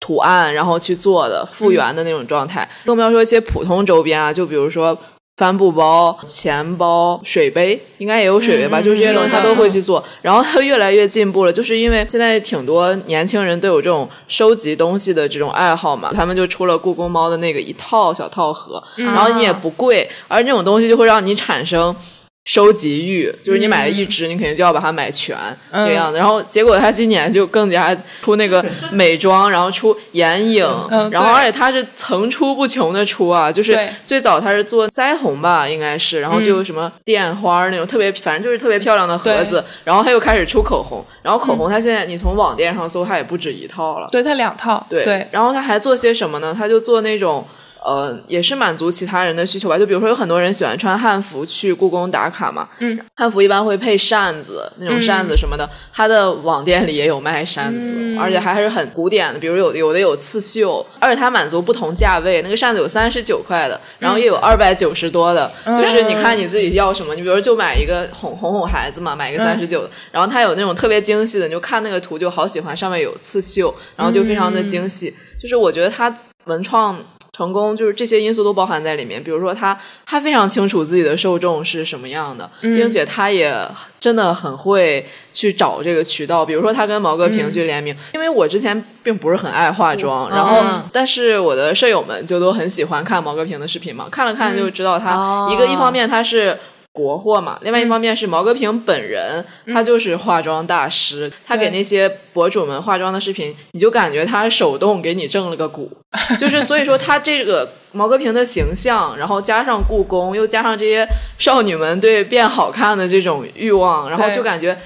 I: 图案，然后去做的复原的那种状态，更不要说一些普通周边啊，就比如说帆布包、钱包、水杯，应该也有水杯吧，就是这些东西他都会去做。然后他越来越进步了，就是因为现在挺多年轻人都有这种收集东西的这种爱好嘛，他们就出了故宫猫的那个一套小套盒，然后你也不贵，而这种东西就会让你产生。收集欲就是你买了一只，你肯定就要把它买全、
F: 嗯
I: 这样的。然后结果他今年就更加出那个美妆，然后出眼影，
F: 嗯
I: 然后
F: 对
I: 而且它是层出不穷的出啊，就是
F: 对嗯
I: 最早它是做腮红吧，应该是，然后就有什么电花儿那种特别，反正就是特别漂亮的盒子，然后它又开始出口红，然
F: 嗯
I: 后口红它现在你从网店上搜，它也不止一套了，
F: 对，它两套，
I: 对，
F: 对，
I: 然后他还做些什么呢？他就做那种。呃，也是满足其他人的需求吧。就比如说，有很多人喜欢穿汉服去故宫打卡嘛。
F: 嗯，
I: 汉服一般会配扇子，那种扇子什么的。他的网店里也有卖扇子，
F: 嗯
I: 而且还是很古典的，比如有有的有刺绣，而且它满足不同价位。那个扇子有三十九块的，然后也有二百九十多的，就是你看你自己要什么。你比如就买一个哄哄哄孩子嘛，买一个三十九的，然后它有那种特别精细的，你就看那个图就好喜欢，上面有刺绣，然后就非常的精细。就是我觉得他文创成功，就是这些因素都包含在里面。比如说他，他非常清楚自己的受众是什么样的，并且他也真的很会去找这个渠道。比如说，他跟毛戈平去联名，因为我之前并不是很爱化妆，然后、但是我的舍友们就都很喜欢看毛戈平的视频嘛，看了看就知道他、一个一方面他是。国货嘛，另
F: 嗯
I: 外一方面是毛戈平本人，他就是化妆大师，他给那些博主们化妆的视频，你就感觉他手动给你正了
F: [LAUGHS]
I: 个骨，就是所以说他这个毛戈平的形象，然后加上故宫，又加上这些少女们对变好看的这种欲望，然后就
F: 对
I: 感觉。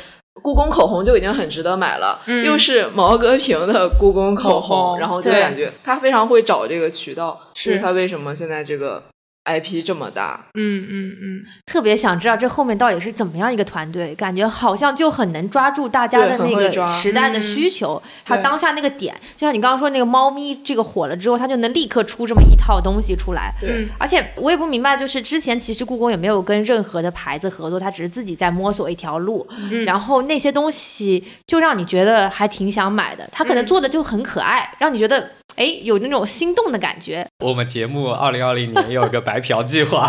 I: 故宫口红就已经很值得买了，
F: 嗯
I: 又是毛戈平的故宫口
F: 口
I: 红，
F: 红
I: 然后就
F: 对
I: 感觉他非常会找这个渠道，
D: 是
I: 他为什么现在这个 IP 这么大？
F: 嗯嗯嗯，
D: 特别想知道这后面到底是怎么样一个团队，感觉好像就很能抓住大家的
I: 对
D: 那
I: 很会抓嗯
D: 个时代的需求，还有
F: 对
D: 当下那个点。就像你刚刚说那个猫咪这个火了之后，它就能立刻出这么一套东西出来。
I: 对
D: 而且我也不明白，就是之前其实故宫也没有跟任何的牌子合作，它只是自己在摸索一条路。然后那些东西就让你觉得还挺想买的，它可能做的就很可爱，让你觉得哎有那种心动的感觉。
G: 我们节目二零二零年有一个白嫖
D: [LAUGHS]
G: 计划，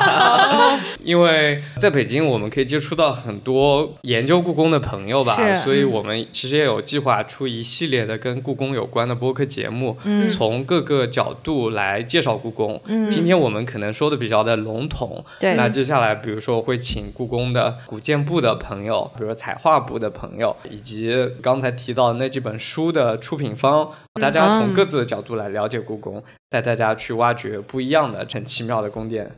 G: 因为在北京我们可以接触到很多研究故宫的朋友吧
D: 是，
G: 所以我们其实也有计划出一系列的跟故宫有关的播客节目，
D: 嗯
G: 从各个角度来介绍故宫。
D: 嗯
G: 今天我们可能说的比较的笼统，
D: 对
G: 那接下来比如说会请故宫的古建部的朋友，比如说彩画部的朋友，以及刚才提到的那几本书的出品方，
D: 嗯
G: 大家从各自的角度来了解故宫，带大家去挖掘不一样的、很奇妙的宫殿。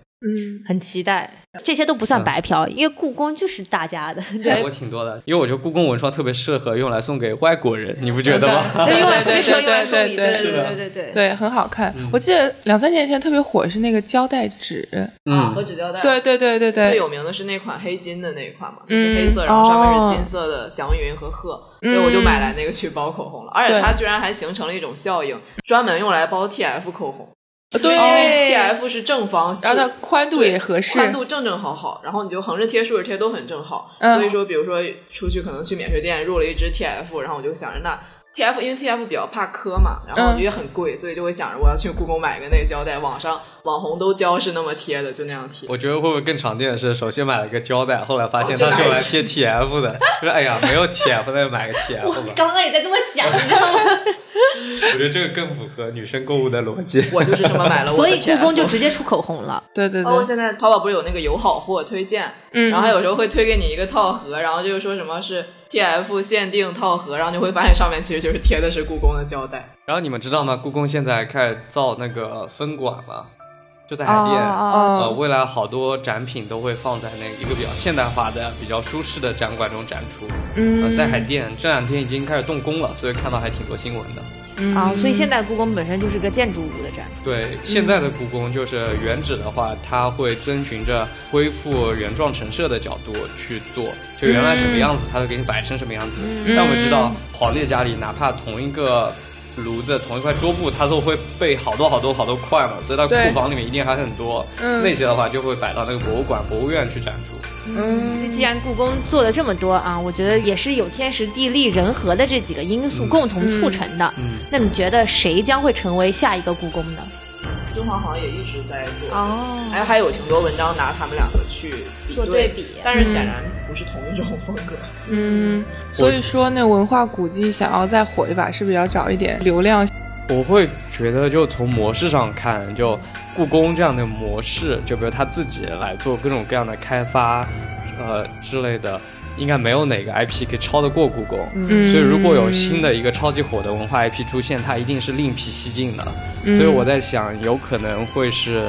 D: 很期待。这些都不
I: 嗯
D: 算白嫖，因为故宫就是大家的，
G: 我挺多的，因为我觉得故宫文创特别适合用来送给外国人，你不觉得 [LAUGHS] 吗？
F: 对
D: 用来送
F: 对
D: 礼，
F: 对
D: 用来送
F: 对
D: 礼，
F: 对
D: 对
G: 是的
D: 对对对对。
F: 对，很好看。
G: 嗯
F: 我记得两三年前特别火是那个胶带纸，
I: 啊，
G: 嗯
I: 和，纸胶带。
F: 对对对对哦
I: 最
F: 对，
I: 有名的是那款黑金的那一款嘛，就
F: 呃嗯
I: 是黑色，然后上面
F: 哦
I: 是金色的祥云和鹤，
F: 嗯
I: 所以我就买来那个去包口红了。而
F: 对
I: 且它居然还形成了一种效应，专门用来包 TF 口红，
F: 对
I: 因为 TF 是正方，
F: 然后它宽度也合适，
I: 宽度正正好好，然后你就横着贴、竖着贴都很正好。
F: 嗯
I: 所以说，比如说出去可能去免税店入了一支 TF，然后我就想着那 TF 因为 TF 比较怕磕嘛，然后
F: 嗯
I: 也很贵，所以就会想着我要去故宫买个那个胶带，网上网红都教是那么贴的，就那样贴。
G: 我觉得会不会更常见的是，首先买了个胶带，后来发现
I: 哦
G: 它是用来贴 TF 的，就是哎呀，没有 TF，那就买个 TF 吧。
D: 刚刚也在这么想，你知道吗？
G: 我觉得这个更符合女生购物的逻辑。
I: 我就是这么买了呃我
D: 所
I: 的 TF，
D: 以故宫就直接出口红了。
F: 对对
I: 包括
F: 对，
I: 现在淘宝不是有那个友好货推荐，
F: 嗯
I: 然后它有时候会推给你一个套盒，然后就是说什么是 TF 限定套盒，然后你会发现上面其实就是贴的是故宫的胶带。
G: 然后你们知道吗？故宫现在开始造那个分馆了，就在海淀。呃，
F: 哦，
G: 未来好多展品都会放在那一个比较现代化的、比较舒适的展馆中展出。
F: 嗯
G: 呃，在海淀这两天已经开始动工了，所以看到还挺多新闻
F: 嗯
G: 的。
D: 啊，所以现在故宫本身就是个建筑物的展。
G: 对，现在的故宫就是原址的话，它会遵循着恢复原状陈设的角度去做，就原来什么样子，它就给你摆成什么样子。
F: 嗯
G: 但我们知道，皇帝家里哪怕同一个炉子、同一块桌布，它都会备好多好多好多块嘛，所以它库
F: 对
G: 房里面一定还很多。
F: 嗯
G: 那些的话就会摆到那个博物馆、博物院去展出。
D: 那既然故宫做了这么多啊，我觉得也是有天时地利人和的这几个因素共同促成的。
G: 嗯
D: 那你觉得谁将会成为下一个故宫呢？
I: 敦煌好像也一直在做，
D: 哦
I: 还有还有挺多文章拿他们两个去比
D: 做对比嗯
I: 但是显然不是同一种风格。
F: 嗯，所以说那文化古迹想要再火一把，是不是要找一点流量？
G: 我会觉得，就从模式上看，就故宫这样的模式，就比如他自己来做各种各样的开发，呃之类的，应该没有哪个 IP 可以超得过故宫。
F: 嗯
G: 所以如果有新的一个超级火的文化 IP 出现，它一定是另辟蹊径的。
F: 嗯
G: 所以我在想，有可能会是，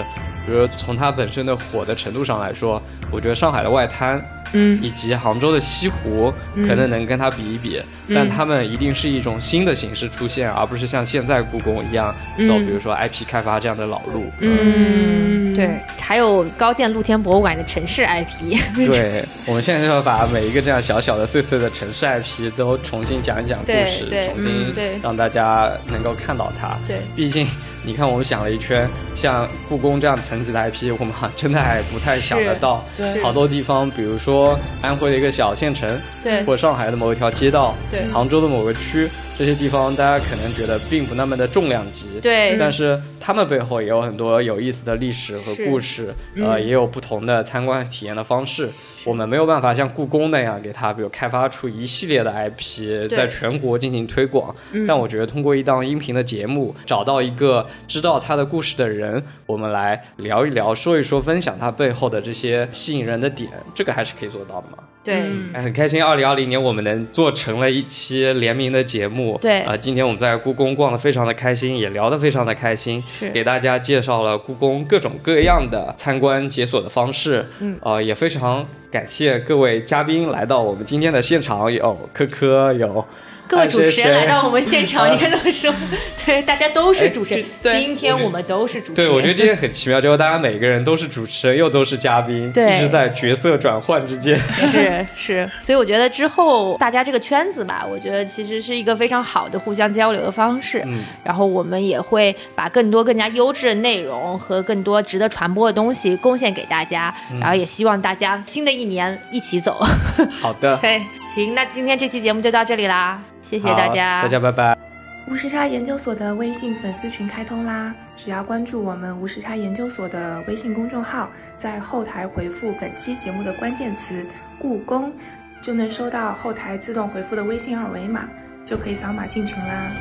G: 比如从它本身的火的程度上来说，我觉得上海的外滩
F: 嗯
G: 以及杭州的西湖可能能跟它比一比，但他们一定是一种新的形式出现，而不是像现在故宫一样走，比如说 IP 开发这样的老路。
F: 嗯，
D: 对，还有高建露天博物馆的城市 IP， [LAUGHS]
G: 对，我们现在就要把每一个这样小小的碎碎的城市 IP 都重新讲一讲故
D: 对
G: 事，
D: 对
G: 重
D: 嗯对
G: 新让大家能够看到它。
D: 对
G: 毕竟你看，我们想了一圈，像故宫这样层级的 IP，我们好像真的还不太想得到。
F: 对
G: 好多地方，比如说安徽的一个小县城，
D: 对
G: 或者上海的某一条街道，
D: 对
G: 杭州的某个区，这些地方大家可能觉得并不那么的重量级，
D: 对
G: 但是他们背后也有很多有意思的历史和
D: 是
G: 故事，呃，也有不同的参观和体验的方式。我们没有办法像故宫那样给它，比如开发出一系列的 IP，在全国进行推广。但我觉得通过一档音频的节目，找到一个知道它的故事的人，我们来聊一聊，说一说，分享它背后的这些吸引人的点，这个还是可以做到的嘛。
D: 对，
G: 哎，很开心，二零二零年我们能做成了一期联名的节目。
D: 对
G: 啊、今天我们在故宫逛的非常的开心，也聊得非常的开心，
D: 是
G: 给大家介绍了故宫各种各样的参观解锁的方式。
D: 嗯，
G: 呃，也非常感谢各位嘉宾来到我们今天的现场，有科科，有
D: [LAUGHS] 各位主持人来
G: 爱谁谁
D: 到我们现
G: [LAUGHS]
D: 场，你看都说，对，大家都是主持人
I: 哎。这对
D: 今天我们都是主持人。
G: 对，我觉得这件很奇妙，就是大家每个人都是主持人，又都是嘉宾，
D: 对
G: 一直在角色转换之间。
D: [LAUGHS] 是是，所以我觉得之后大家这个圈子吧，我觉得其实是一个非常好的互相交流的方式。
G: 嗯，
D: 然后我们也会把更多更加优质的内容和更多值得传播的东西贡献给大家，然后也希望大家新的一年一起走。
G: 好的，
D: 对，行，那今天这期节目就到这里啦， [LAUGHS] 谢谢大
G: 好
D: 家，
G: 大家拜拜。
F: 无时差研究所的微信粉丝群开通啦！只要关注我们无时差研究所的微信公众号，在后台回复本期节目的关键词“故宫”，就能收到后台自动回复的微信二维码，就可以扫码进群啦。